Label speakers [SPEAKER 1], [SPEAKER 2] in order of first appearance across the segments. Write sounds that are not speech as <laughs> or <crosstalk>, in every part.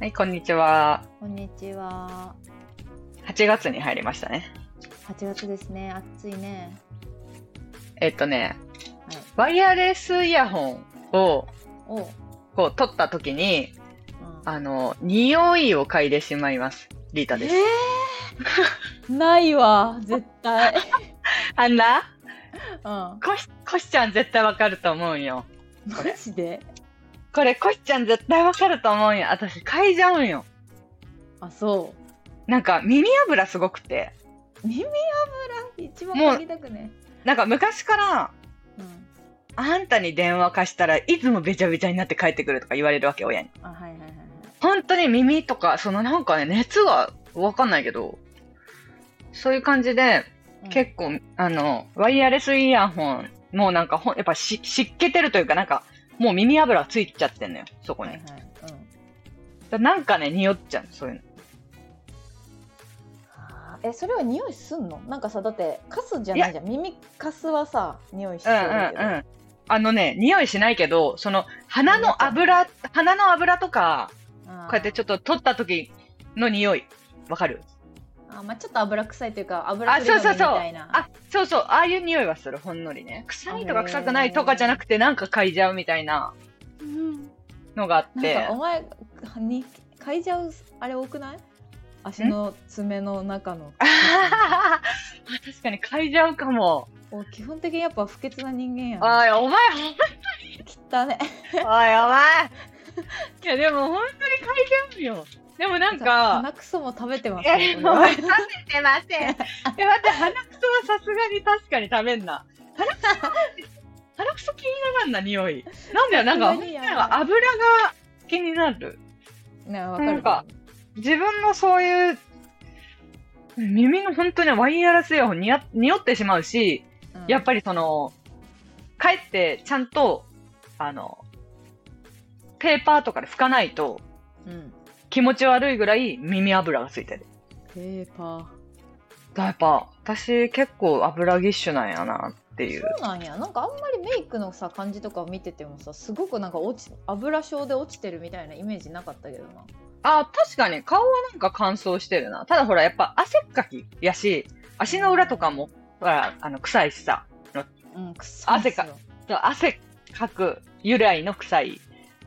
[SPEAKER 1] はい、こんにちは。
[SPEAKER 2] こんにちは。
[SPEAKER 1] 8月に入りましたね。
[SPEAKER 2] 8月ですね。暑いね。
[SPEAKER 1] えっとね、
[SPEAKER 2] はい。
[SPEAKER 1] ワイヤレスイヤホンを
[SPEAKER 2] お、うん。
[SPEAKER 1] こう取った時に、あの、匂いを嗅いでしまいます。リータです。
[SPEAKER 2] ー、 <laughs> ないわ、絶対。 <laughs>
[SPEAKER 1] あんな、
[SPEAKER 2] うん。マ
[SPEAKER 1] コシ、コシちゃん絶対わかると思うんよ。これ
[SPEAKER 2] ジで
[SPEAKER 1] これコシちゃん絶対わかると思うんよ。私嗅いじゃうんよ。
[SPEAKER 2] あ、そ
[SPEAKER 1] なんか耳油すごくて。
[SPEAKER 2] う。耳油、一番
[SPEAKER 1] もう
[SPEAKER 2] 嗅ぎたくね。
[SPEAKER 1] なんか昔から、
[SPEAKER 2] うん。
[SPEAKER 1] あんたに電話貸したらいつもべちゃべちゃになって帰ってくるとか言われるわけ、親に。
[SPEAKER 2] あ、はいはいはいはい。
[SPEAKER 1] 本当に耳とか、そのなんかね、熱がわかんないけど、そういう感じで、
[SPEAKER 2] うん
[SPEAKER 1] 結構、あの、ワイヤレスイヤホン、もうなんかほん、やっぱし湿気てるというか、なんか、もう耳油ついちゃってんのよ、そこ
[SPEAKER 2] は
[SPEAKER 1] に。
[SPEAKER 2] い
[SPEAKER 1] だか
[SPEAKER 2] はい。うん。
[SPEAKER 1] らなんかね、匂っちゃうの、そういうの。
[SPEAKER 2] あーえ、それは匂いすんのなんかさ、だって、カスじゃないじゃん。耳カスはさ、匂いし
[SPEAKER 1] う
[SPEAKER 2] そ
[SPEAKER 1] ん
[SPEAKER 2] う
[SPEAKER 1] うん
[SPEAKER 2] だけど。
[SPEAKER 1] うん。あのね、匂いしないけど、その、鼻の油、鼻の油とか、
[SPEAKER 2] あー
[SPEAKER 1] こうやってちょっと取った時の匂い、わかる
[SPEAKER 2] あ、まあちょっと油臭いというか、油
[SPEAKER 1] あそうそうそう
[SPEAKER 2] みたいな。
[SPEAKER 1] あ、そうそう、ああいう匂いはする、ほんのりね。臭いとか臭くないとかじゃなくて、なんか嗅いじゃうみたいな
[SPEAKER 2] うん。
[SPEAKER 1] のがあっ
[SPEAKER 2] なん
[SPEAKER 1] て <laughs>
[SPEAKER 2] かお。前に嗅いじゃうあれ多くない足の爪の中の
[SPEAKER 1] あ確かに嗅いじゃうかも。
[SPEAKER 2] お基本的にやっぱ不潔な人間やな
[SPEAKER 1] おい、お前、
[SPEAKER 2] 汚ね
[SPEAKER 1] おい、お前。いや、でも本当に嗅いじゃうよ。でもなんか、
[SPEAKER 2] 鼻くそも食べてま
[SPEAKER 1] い
[SPEAKER 2] す
[SPEAKER 1] や、
[SPEAKER 2] よ
[SPEAKER 1] で
[SPEAKER 2] こ
[SPEAKER 1] も、
[SPEAKER 2] れ
[SPEAKER 1] 食
[SPEAKER 2] は
[SPEAKER 1] べてま <laughs> せん。いや、待って、鼻くそはさすがに確かに食べんな。鼻くそ、鼻くそ気にならんな、匂い。なんだよ、なんか、
[SPEAKER 2] さすがにやばい
[SPEAKER 1] なんか油が気になる。
[SPEAKER 2] ねわかる
[SPEAKER 1] なんか自分のそういう、耳の本当にワイヤレスイヤホンにや匂ってしまうし、
[SPEAKER 2] うん
[SPEAKER 1] やっぱりその、帰ってちゃんと、あの、ペーパーとかで拭かないと
[SPEAKER 2] うん
[SPEAKER 1] 気持ち悪いぐらい耳油がついてる。
[SPEAKER 2] ペーパー
[SPEAKER 1] だやっぱ、私結構油ぎっしゅなんやなっていう。
[SPEAKER 2] そうなんやなんかあんまりメイクのさ感じとかを見ててもさすごくなんか落ち油症で落ちてるみたいなイメージなかったけどな
[SPEAKER 1] あ、確かに顔はなんか乾燥してるな。ただほら、やっぱ汗っかきやし、足の裏とかも、ほら、あの、臭いしさ。
[SPEAKER 2] うんくそ
[SPEAKER 1] 汗か汗かく由来の臭い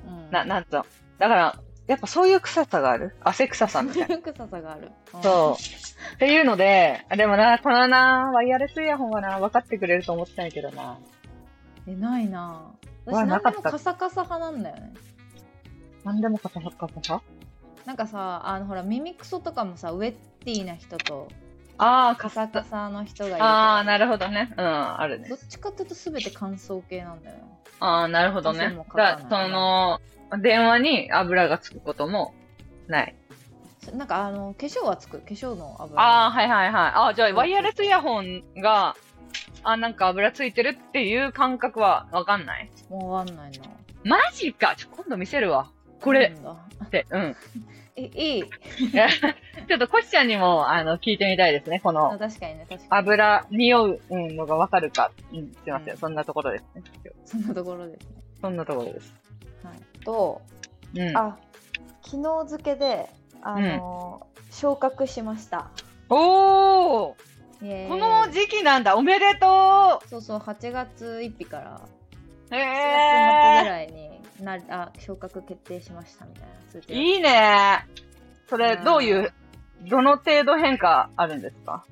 [SPEAKER 2] うん <laughs>
[SPEAKER 1] な、なんと。だから、やっぱそういう臭さがある。汗臭さみたいな。
[SPEAKER 2] 臭さがある
[SPEAKER 1] そう。っていうので、でもな、このな、ワイヤレスイヤホンはな、分かってくれると思ってないけどな。
[SPEAKER 2] うんえないな私
[SPEAKER 1] わ
[SPEAKER 2] 何
[SPEAKER 1] な
[SPEAKER 2] で
[SPEAKER 1] かった
[SPEAKER 2] もカサカサ派なんだよね
[SPEAKER 1] なんでもカサカサカサ
[SPEAKER 2] なんかさあのほら耳くそとかもさウェッティな人と
[SPEAKER 1] ああ、カ
[SPEAKER 2] カサ
[SPEAKER 1] サ
[SPEAKER 2] カ
[SPEAKER 1] カ
[SPEAKER 2] サの人がいる
[SPEAKER 1] サ。
[SPEAKER 2] けど
[SPEAKER 1] ああ、なるほどね。うん、あるね
[SPEAKER 2] ど。っちかっていうと全て乾燥系なんだよね
[SPEAKER 1] ああ、なるほどね。
[SPEAKER 2] 汗
[SPEAKER 1] だ
[SPEAKER 2] も
[SPEAKER 1] か
[SPEAKER 2] かからない
[SPEAKER 1] その、電話に油がつくこともない。
[SPEAKER 2] そなんかあの化粧はつく化粧の油
[SPEAKER 1] ああ、はいはいはい。ああ、じゃあ、ワイヤレスイヤホンが、あなんか油ついてるっていう感覚はわかんない
[SPEAKER 2] もうわかんないな
[SPEAKER 1] マジかちょ今度見せるわ。これ
[SPEAKER 2] なんだ
[SPEAKER 1] って、うん。 <laughs>
[SPEAKER 2] えいい
[SPEAKER 1] ちょっとコシちゃんにも、あの、聞いてみたいですね。こ
[SPEAKER 2] あ
[SPEAKER 1] の、
[SPEAKER 2] 確かにね確かに
[SPEAKER 1] 油、匂ううんのがわかるか。うん、すいません。
[SPEAKER 2] うん
[SPEAKER 1] そんなところですね。
[SPEAKER 2] そんなところですね
[SPEAKER 1] そんなところです。
[SPEAKER 2] はいと
[SPEAKER 1] うん。
[SPEAKER 2] あ昨日付けであの、昇格しました
[SPEAKER 1] おー
[SPEAKER 2] イエーイ
[SPEAKER 1] この時期なんだおめでと
[SPEAKER 2] そうそう8月1日から
[SPEAKER 1] う
[SPEAKER 2] 8月末ぐ
[SPEAKER 1] へえ
[SPEAKER 2] らいになるあ昇格決定しましたみたいな通知が
[SPEAKER 1] いいねそれ、
[SPEAKER 2] うん
[SPEAKER 1] どういう、どの程度変化あるんですか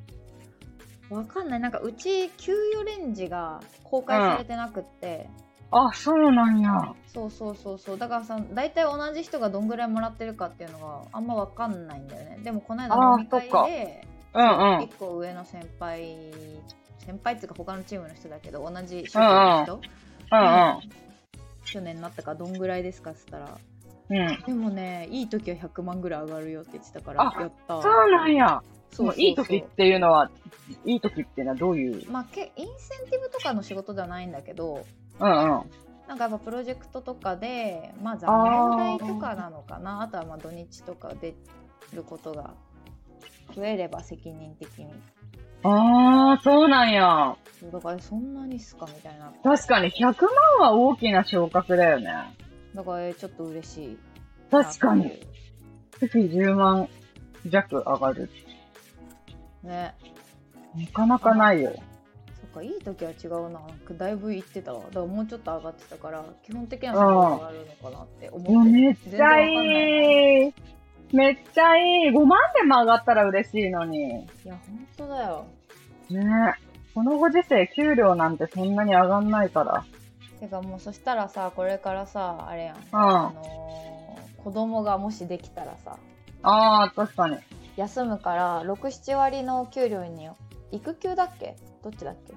[SPEAKER 2] わかんないなんかうち給与レンジが公開されてなくって、
[SPEAKER 1] あ、そうなんや。
[SPEAKER 2] そうそうそうそうだからさ大体同じ人がどんぐらいもらってるかっていうのがあんまわかんないんだよねでもこの間
[SPEAKER 1] あー
[SPEAKER 2] 飲み会
[SPEAKER 1] そっか
[SPEAKER 2] で
[SPEAKER 1] うんうん。
[SPEAKER 2] 1個上の先輩先輩っていうか他のチームの人だけど同じ職の人、
[SPEAKER 1] うん
[SPEAKER 2] 去年になったからどんぐらいですかっつったら
[SPEAKER 1] うん。うん。
[SPEAKER 2] でもねいい時は100万ぐらい上がるよって言ってたから
[SPEAKER 1] あ
[SPEAKER 2] やったー
[SPEAKER 1] そうなんや。
[SPEAKER 2] そ
[SPEAKER 1] そうの
[SPEAKER 2] そうそう
[SPEAKER 1] いい時っていうのは、いい時っていうのはどういう
[SPEAKER 2] まあけインセンティブとかの仕事ではないんだけど
[SPEAKER 1] うんうん。
[SPEAKER 2] なんかやっぱプロジェクトとかで、まあ、残
[SPEAKER 1] あー
[SPEAKER 2] 業代とかなのかなあとはまあ土日とか出ることが増えれば責任的に
[SPEAKER 1] ああ、そうなんや。
[SPEAKER 2] だからえそんなにっすかみたいな
[SPEAKER 1] 確かに100万は大きな昇格だよね。
[SPEAKER 2] だからえちょっと嬉しい
[SPEAKER 1] 確かに。月10万弱上がる。
[SPEAKER 2] ね
[SPEAKER 1] なかなかないよ。
[SPEAKER 2] そっかいい時は違うなだいぶいってたわだからもうちょっと上がってたから基本的にはそういうのがあるのかなって
[SPEAKER 1] う
[SPEAKER 2] 思
[SPEAKER 1] わ
[SPEAKER 2] って
[SPEAKER 1] めっちゃ
[SPEAKER 2] 全然わかんない
[SPEAKER 1] いい。めっちゃいい。5万でも上がったら嬉しいのに。
[SPEAKER 2] いや本当だよ
[SPEAKER 1] ねこのご時世、給料なんてそんなに上がんないから。
[SPEAKER 2] てかもうそしたらさこれからさあれやん、あのー子供がもしできたらさ
[SPEAKER 1] ああ、確かに。
[SPEAKER 2] 休むから67割の給料に育休だっけどっちだっけ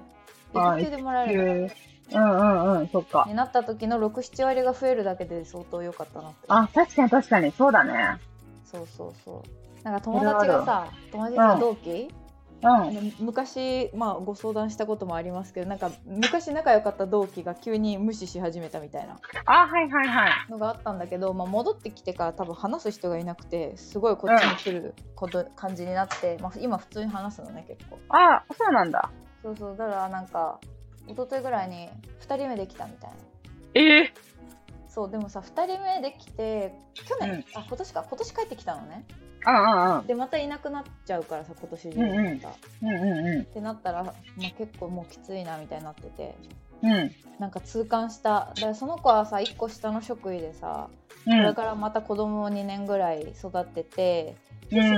[SPEAKER 1] あ
[SPEAKER 2] 育休でもらえ
[SPEAKER 1] 給
[SPEAKER 2] る
[SPEAKER 1] うんうんうん、そっか。
[SPEAKER 2] になった時の67割が増えるだけで相当良かったなって
[SPEAKER 1] あ、確かに確かに、そうだね。
[SPEAKER 2] そうそうそうなんか友達がさ友達が同期、
[SPEAKER 1] うん。
[SPEAKER 2] で昔、まあ、ご相談したこともありますけどなんか昔仲良かった同期が急に無視し始めたみたいな
[SPEAKER 1] あ、はいはいはい。
[SPEAKER 2] のがあったんだけど、まあ、戻ってきてから多分話す人がいなくてすごいこっちに来ること、感じになって、まあ、今普通に話すのね結構
[SPEAKER 1] あ、そうなんだ。
[SPEAKER 2] そうそうだからなんか一昨日ぐらいに2人目できたみたいな
[SPEAKER 1] ええ
[SPEAKER 2] そうでもさ2人目できて去年、
[SPEAKER 1] うん
[SPEAKER 2] あ今年か今年帰ってきたのね
[SPEAKER 1] あ
[SPEAKER 2] でまたいなくなっちゃうからさ今年中
[SPEAKER 1] うんうん
[SPEAKER 2] また
[SPEAKER 1] うんうん。うんうん
[SPEAKER 2] ってなったら、まあ、結構もうきついなみたいになってて
[SPEAKER 1] うん。うん。
[SPEAKER 2] なんか痛感しただからその子はさ1個下の職位でさこれ
[SPEAKER 1] う
[SPEAKER 2] からまた子供を2年ぐらい育てて、
[SPEAKER 1] ん。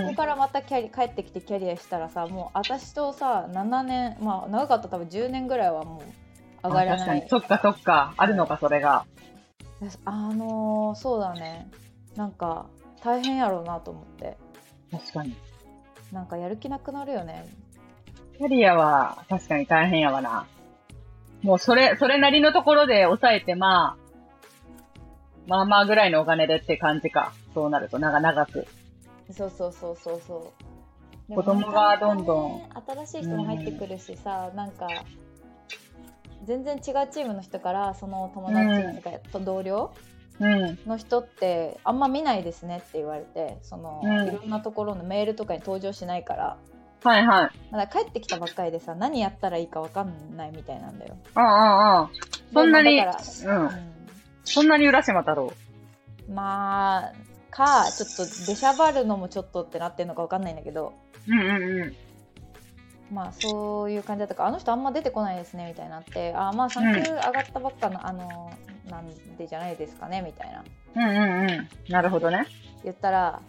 [SPEAKER 2] そこからまたキャリ帰ってきてキャリアしたらさもう私とさ7年まあ長かったら多分10年ぐらいはもう上が
[SPEAKER 1] あ
[SPEAKER 2] ら
[SPEAKER 1] 確か
[SPEAKER 2] ない
[SPEAKER 1] に。そっかそっか。あるのか、それが。
[SPEAKER 2] あのーそうだねなんか大変やろうなと思って
[SPEAKER 1] 確かに。
[SPEAKER 2] なんかやる気なくなるよね
[SPEAKER 1] キャリアは確かに大変やわな。もうそれ、それなりのところで抑えて、まあ、まあまあぐらいのお金でって感じか。そうなると、長長く。
[SPEAKER 2] そうそうそうそうそう
[SPEAKER 1] 子供がどんどん
[SPEAKER 2] でもなかなかね新しい人も入ってくるしさ、なんか全然違うチームの人からその友達とか、と同僚
[SPEAKER 1] うん。
[SPEAKER 2] の人ってあんま見ないですねって言われてその、
[SPEAKER 1] うん
[SPEAKER 2] いろんなところのメールとかに登場しないから
[SPEAKER 1] はいはい。
[SPEAKER 2] まだ帰ってきたばっかりでさ何やったらいいかわかんないみたいなんだよ
[SPEAKER 1] ああああ。そんなに
[SPEAKER 2] でまあだから
[SPEAKER 1] うんそんなに浦島太郎。
[SPEAKER 2] うんまあかちょっと出しゃばるのもちょっとってなってるのかわかんないんだけど
[SPEAKER 1] うんうんうん。
[SPEAKER 2] まあそういう感じだったからあの人あんま出てこないですねみたいにな
[SPEAKER 1] <laughs>
[SPEAKER 2] ってあまあ産休上がったばっかの、あのなんでじゃないですかねみたいな
[SPEAKER 1] うんうんうん。なるほどね。
[SPEAKER 2] 言ったら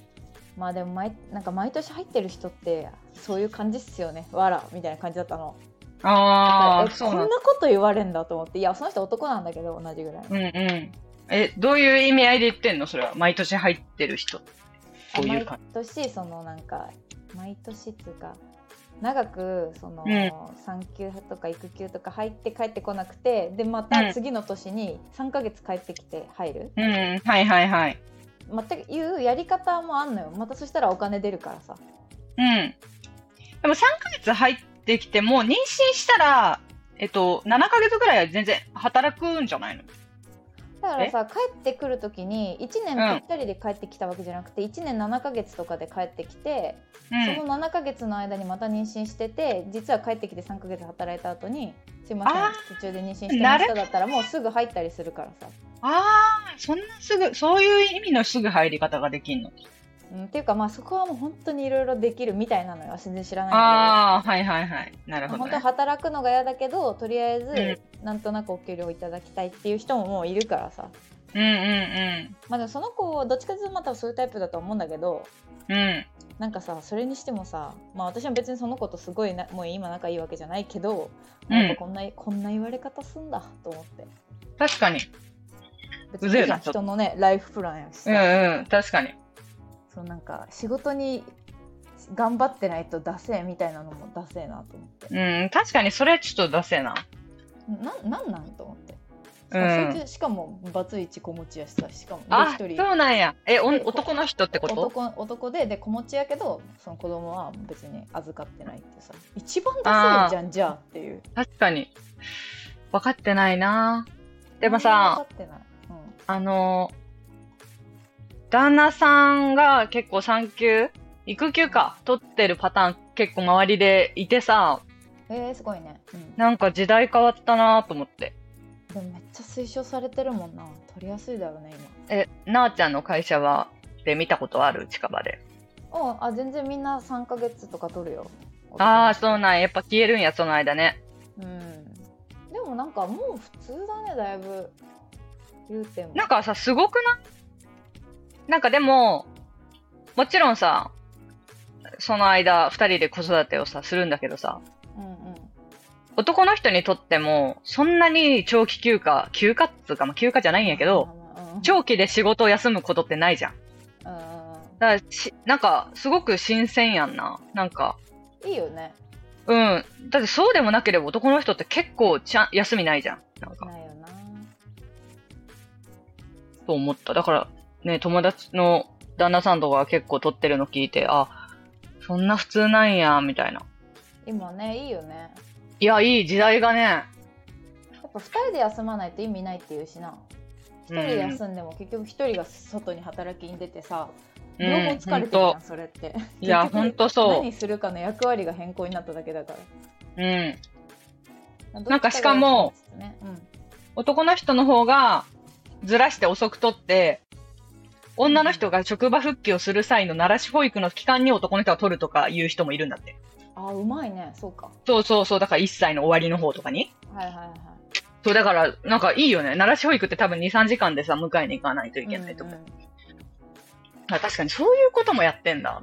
[SPEAKER 2] まあでも毎なんか毎年入ってる人ってそういう感じっすよねわらみたいな感じだったの
[SPEAKER 1] ああ、
[SPEAKER 2] え
[SPEAKER 1] そ
[SPEAKER 2] こ
[SPEAKER 1] うんな
[SPEAKER 2] なん
[SPEAKER 1] だ。
[SPEAKER 2] こと言われんだと思っていやその人男なんだけど同じぐらいの
[SPEAKER 1] うんうん。え、どういう意味合いで言ってんのそれは。毎年入ってる人。こういう感
[SPEAKER 2] 毎年そのなんか毎年っていうか長くその、
[SPEAKER 1] うん
[SPEAKER 2] 産休とか育休とか入って帰ってこなくてでまた次の年に3ヶ月帰ってきて入る、
[SPEAKER 1] じ。うんうん。はいはいはい。
[SPEAKER 2] 全くいうやり方もあんのよまたそしたらお金出るからさ
[SPEAKER 1] うん。でも3ヶ月入ってきても、妊娠したら、えっと、7ヶ月ぐらいは全然働くんじゃないの
[SPEAKER 2] だからさ帰ってくる時に1
[SPEAKER 1] うん
[SPEAKER 2] 年ぴったりで帰ってきたわけじゃなくて1年7ヶ月とかで帰ってきて、
[SPEAKER 1] うん。
[SPEAKER 2] その7ヶ月の間にまた妊娠してて実は帰ってきて3ヶ月働いた後にすいま
[SPEAKER 1] あ
[SPEAKER 2] せん途中で妊娠してましただったらもうすぐ入ったりするからさ、
[SPEAKER 1] ああ、そんなすぐ、そういう意味のすぐ入り方ができんの。
[SPEAKER 2] うん、っていうかまあそこはもう本当にいろいろできるみたいなのよ全然知らないんだ
[SPEAKER 1] ああ、はいはいはい。なる
[SPEAKER 2] けど
[SPEAKER 1] ほど、
[SPEAKER 2] 本
[SPEAKER 1] ね
[SPEAKER 2] 当に。働くのが嫌だけどとりあえず
[SPEAKER 1] う
[SPEAKER 2] なんとなくお給料いただきたいっていう人ももういるからさ
[SPEAKER 1] うんうん
[SPEAKER 2] まあでもその子はどっちかというとまたそういうタイプだと思うんだけど
[SPEAKER 1] うん。うん。
[SPEAKER 2] なんかさそれにしてもさまあ私は別にその子とすごいなもう今仲いいわけじゃないけど、
[SPEAKER 1] うん
[SPEAKER 2] やっぱこんなこんな言われ方すんだと思って
[SPEAKER 1] 確かに。
[SPEAKER 2] 別
[SPEAKER 1] うぜえな
[SPEAKER 2] 人のねライフプランやし
[SPEAKER 1] う
[SPEAKER 2] さ、
[SPEAKER 1] んうん。確かに。
[SPEAKER 2] そうなんか仕事に頑張ってないとダセえみたいなのもダセえなと思って
[SPEAKER 1] うん。確かに、それはちょっと出せな。
[SPEAKER 2] ななんなんと思ってしか
[SPEAKER 1] うん
[SPEAKER 2] も,、そいつしかもバツイチ子持ちやしさしかも
[SPEAKER 1] あ、
[SPEAKER 2] で一
[SPEAKER 1] そうなんや。え、お
[SPEAKER 2] で
[SPEAKER 1] 男の人ってこと
[SPEAKER 2] 男男でで子持ちやけどその子供は別に預かってないってさ一番
[SPEAKER 1] あ
[SPEAKER 2] ダ
[SPEAKER 1] ー
[SPEAKER 2] セえじゃんじゃあっていう
[SPEAKER 1] 確かに。分かってないなでもさ、
[SPEAKER 2] 分かってない、うん
[SPEAKER 1] あの、旦那さんが結構産休、育休か、取ってるパターン結構周りでいてさ、
[SPEAKER 2] えー、すごいね、うん、で
[SPEAKER 1] なんか時代変わったなと思って。
[SPEAKER 2] もめっちゃ推奨されてるもんな取りやすいだろうね
[SPEAKER 1] え、なあちゃんの会社は、って見たことある近場で。
[SPEAKER 2] うんあ全然みんな3ヶ月とか取るよ
[SPEAKER 1] ああ、そうなんや。やっぱ消えるんや、その間ね。
[SPEAKER 2] うんでもなんかもう普通だねだいぶ言うても
[SPEAKER 1] なんかさ、すごくないなんかでも、もちろんさ、その間、二人で子育てをさ、するんだけどさ、
[SPEAKER 2] うんうん
[SPEAKER 1] 男の人にとっても、そんなに長期休暇、休暇っつうか、まあ休暇じゃないんやけど、
[SPEAKER 2] うん
[SPEAKER 1] 長期で仕事を休むことってないじゃん。
[SPEAKER 2] うんうん
[SPEAKER 1] だからし、なんか、すごく新鮮やんな。なんか、
[SPEAKER 2] うんいいよね
[SPEAKER 1] うん。だってそうでもなければ男の人って結構ちゃん、休みないじゃん。なんか、
[SPEAKER 2] ないよな
[SPEAKER 1] と思った。だから、ね、友達の旦那さんとかが結構撮ってるの聞いて、あ、そんな普通なんや、みたいな。
[SPEAKER 2] 今ねいいよね
[SPEAKER 1] いや、いい時代がね。
[SPEAKER 2] やっぱ2人で休まないと意味ないっていうしな1人
[SPEAKER 1] うん
[SPEAKER 2] 休んでも結局1人が外に働きに出てさ、
[SPEAKER 1] う
[SPEAKER 2] 両方
[SPEAKER 1] ん、
[SPEAKER 2] 疲
[SPEAKER 1] 本
[SPEAKER 2] れてるじ
[SPEAKER 1] 当
[SPEAKER 2] ゃんそれって
[SPEAKER 1] いや、
[SPEAKER 2] 結局
[SPEAKER 1] 本当そ
[SPEAKER 2] 何するかの役割が変更になっただけだか
[SPEAKER 1] う。うん。
[SPEAKER 2] ら
[SPEAKER 1] なんかしかも、
[SPEAKER 2] どっちが休むっつってね
[SPEAKER 1] 男の人の方がずらして遅く取って、女の人が職場復帰をする際の慣らし保育の期間に男の人が取るとかいう人もいるんだって。
[SPEAKER 2] うん、あうまいねそうか
[SPEAKER 1] そうそうそう、だから1歳の終わりの方とかに。
[SPEAKER 2] はいはいはい
[SPEAKER 1] そう、だから、なんかいいよね。慣らし保育って多分2、3時間でさ、迎えに行かないといけないと
[SPEAKER 2] うん
[SPEAKER 1] か。
[SPEAKER 2] うん
[SPEAKER 1] あ確かにそういうこともやってんだ。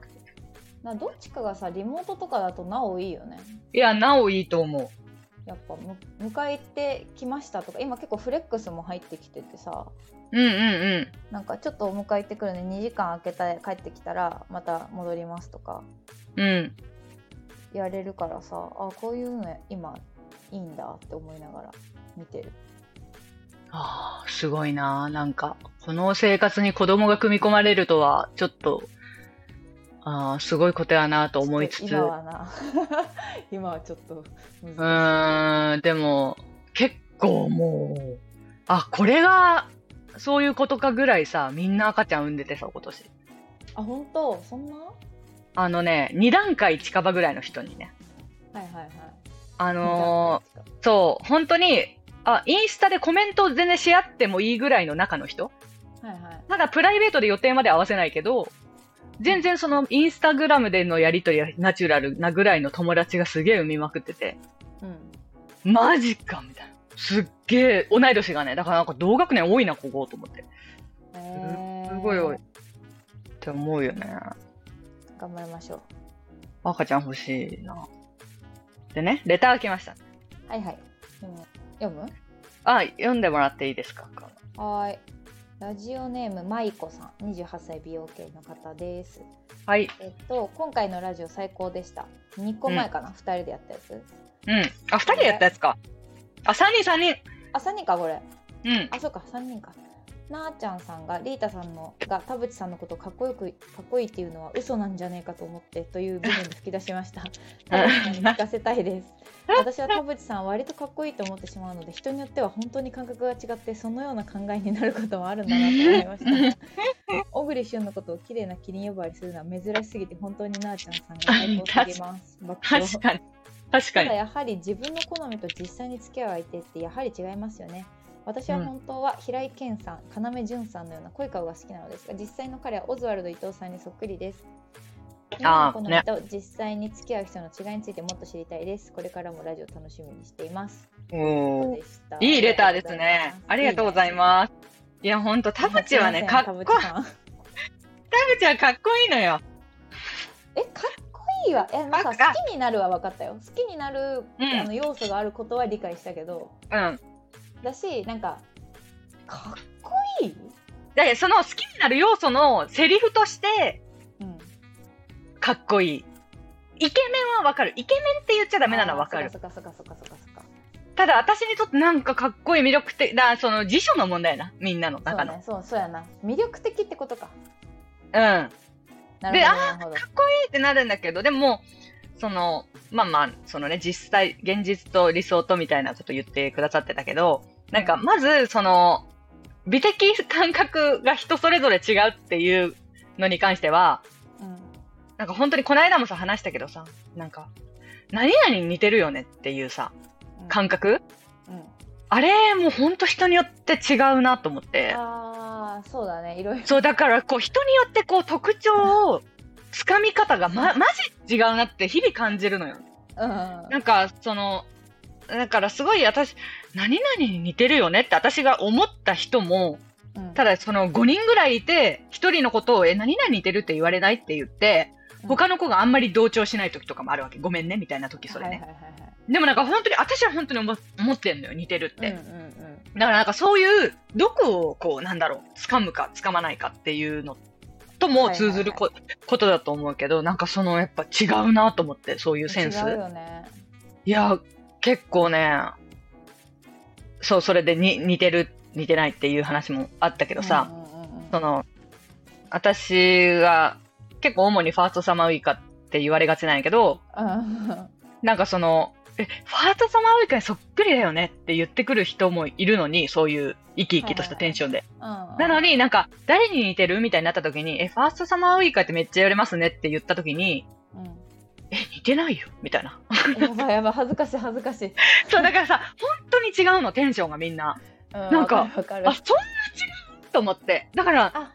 [SPEAKER 2] などっちかがさリモートとかだとなおいいよね
[SPEAKER 1] いや、なおいいと思
[SPEAKER 2] やっぱむ迎えてきましたとか今結構フレックスも入ってきててさ
[SPEAKER 1] う。うんうんうん。
[SPEAKER 2] なんかちょっとお迎え行ってくるんで2時間空けた帰ってきたらまた戻りますとか
[SPEAKER 1] うん。
[SPEAKER 2] やれるからさあこういうの今いいんだって思いながら見てる
[SPEAKER 1] ああ、すごいな。なんか、この生活に子供が組み込まれるとは、ちょっと、ああ、すごいことやなと思いつ
[SPEAKER 2] ちょ
[SPEAKER 1] つ。
[SPEAKER 2] っと今
[SPEAKER 1] う
[SPEAKER 2] はな <laughs> 今はちょっと難し
[SPEAKER 1] ーん、でも、結構もう、あ、これが、そういうことかぐらいさ、みんな赤ちゃん産んでてさ、今年。
[SPEAKER 2] いあ本当そんなは
[SPEAKER 1] あのね、2段階近場ぐらいの人にね。
[SPEAKER 2] いはいはい
[SPEAKER 1] あ
[SPEAKER 2] あ
[SPEAKER 1] のーそう、本当に、あ、インスタでコメントを全然し合ってもいいぐらいの中の人
[SPEAKER 2] はいはい
[SPEAKER 1] ただプライベートで予定まで合わせないけど、全然そのインスタグラムでのやりとりはナチュラルなぐらいの友達がすげえ産みまくってて、
[SPEAKER 2] うん
[SPEAKER 1] マジかみたいな。すっげえ、同い年がね、だからなんか同学年多いな、ここと思って。
[SPEAKER 2] え
[SPEAKER 1] すごい多い。って思うよね。
[SPEAKER 2] 頑張りましょう
[SPEAKER 1] 赤ちゃん欲しいな。でね、レター来ました。
[SPEAKER 2] はいはい読む読む
[SPEAKER 1] あ、読んでもらっていいですか
[SPEAKER 2] はーい。ラジオネームまいこさん、28歳美容系の方です。
[SPEAKER 1] はい。
[SPEAKER 2] えっと今回のラジオ最高でした。2個前かな、二2人でやったやつ。
[SPEAKER 1] うん。あ、二人でやったやつか。あ、三人、三人。
[SPEAKER 2] あ3人かこれ。
[SPEAKER 1] うん。
[SPEAKER 2] あそうか3人か。なあちゃんさんがリータさんのが田淵さんのことかっこよくかっこいいっていうのは嘘なんじゃねえかと思ってという部分で吹き出しました田淵さんに聞かせたいです私は田淵さんは割とかっこいいと思ってしまうので人によっては本当に感覚が違ってそのような考えになることもあるんだなと思いました小栗旬のことを綺麗なキリン呼ばわりするのは珍しすぎて本当になあちゃんさんが最高すぎます。爆笑
[SPEAKER 1] 確かに。確か
[SPEAKER 2] ただ
[SPEAKER 1] に。
[SPEAKER 2] やはり自分の好みと実際に付き合う相手ってやはり違いますよね。私は本当は平井堅さん、要潤さんのような濃い顔が好きなのですが実際の彼はオズワルド伊藤さんにそっくりです。
[SPEAKER 1] あー
[SPEAKER 2] 今の好みと実際に付き合う人の違いについてもっと知りたいです。これからもラジオ楽しみにしています。
[SPEAKER 1] お
[SPEAKER 2] そう
[SPEAKER 1] ー
[SPEAKER 2] でした
[SPEAKER 1] いいレターですね。ありがとうございます。いや、ほんと、田淵はね、かっこ、田
[SPEAKER 2] いいね。
[SPEAKER 1] 淵はかっこいいのよ。
[SPEAKER 2] えかっこいいわえなんか
[SPEAKER 1] かっ
[SPEAKER 2] 好きになるは分かったよ好きになる、
[SPEAKER 1] うん
[SPEAKER 2] あの要素があることは理解したけど
[SPEAKER 1] うん。
[SPEAKER 2] だしなんかかっこいい、
[SPEAKER 1] で、その好きになる要素のセリフとして、
[SPEAKER 2] うん、
[SPEAKER 1] かっこいい。イケメンはわかる。イケメンって言っちゃダ
[SPEAKER 2] ダ
[SPEAKER 1] メなのはわかる。
[SPEAKER 2] そっかそっかそっかそっかそっか
[SPEAKER 1] ただ、私にとってなんかかっこいい魅力的、だ、その辞書の問題な。みんなの
[SPEAKER 2] そ
[SPEAKER 1] 中
[SPEAKER 2] う
[SPEAKER 1] の。
[SPEAKER 2] ねそうそうやな魅力的ってことか
[SPEAKER 1] うん。
[SPEAKER 2] なる
[SPEAKER 1] で
[SPEAKER 2] ほ
[SPEAKER 1] あ
[SPEAKER 2] どなるほど
[SPEAKER 1] かっこいいってなるんだけど、でも、その、まあまあ、そのね、実際、現実と理想とみたいなこと言ってくださってたけど、なんか、まず、その、美的感覚が人それぞれ違うっていうのに関しては、
[SPEAKER 2] うん
[SPEAKER 1] なんか本当にこの間もさ、話したけどさ、なんか、何々に似てるよねっていうさ、
[SPEAKER 2] うん
[SPEAKER 1] 感覚
[SPEAKER 2] うん
[SPEAKER 1] あれ、もう本当人によって違うなと思って。
[SPEAKER 2] あああ、そうだね。いろいろ。
[SPEAKER 1] そう、だから、こう、人によって、こう、特徴を、つかみ方が、ま、マジ違うなって、日々感じるのよ。
[SPEAKER 2] うん。
[SPEAKER 1] なんか、その、だから、すごい、私、何々に似てるよねって、私が思った人も、
[SPEAKER 2] うん
[SPEAKER 1] ただ、その、5人ぐらいいて、1人のことを、え、何々似てるって言われないって言って、他の子があんまり同調しない時とかもあるわけ。ごめんね、みたいな時、それね。
[SPEAKER 2] はいはいはいはい。
[SPEAKER 1] でもなんか本当に、私は本当に思思ってんのよ、似てるって。
[SPEAKER 2] うんうんうん。
[SPEAKER 1] だからなんかそういうどこをこうなんだろう掴むか掴まないかっていうのとも通ずるこ,、ことだと思うけどなんかそのやっぱ違うなと思ってそういうセンス
[SPEAKER 2] 違うよね。
[SPEAKER 1] いや結構ねそうそれでに似てる似てないっていう話もあったけどさ、
[SPEAKER 2] うんうんうんうん
[SPEAKER 1] その私が結構主にファーストサマーウイカって言われがちなんやけど
[SPEAKER 2] うん
[SPEAKER 1] なんかそのえファーストサマーウイカにそっくりだよねって言ってくる人もいるのにそういう生き生きとしたテンションで。なの
[SPEAKER 2] に、
[SPEAKER 1] になんか、誰に似てるみたいになった時に、え、ファーストサマーウイカってめっちゃ言われますねって言った時に、
[SPEAKER 2] うん
[SPEAKER 1] え、似てないよみたいな。
[SPEAKER 2] やばいやばい恥ずかしい恥ずかしい、
[SPEAKER 1] <laughs> そう、だからさ、本当に違うの、テンションがみんな。
[SPEAKER 2] うん、
[SPEAKER 1] なんか
[SPEAKER 2] わるわかる
[SPEAKER 1] あ、そんな違うと思って。だから、
[SPEAKER 2] あ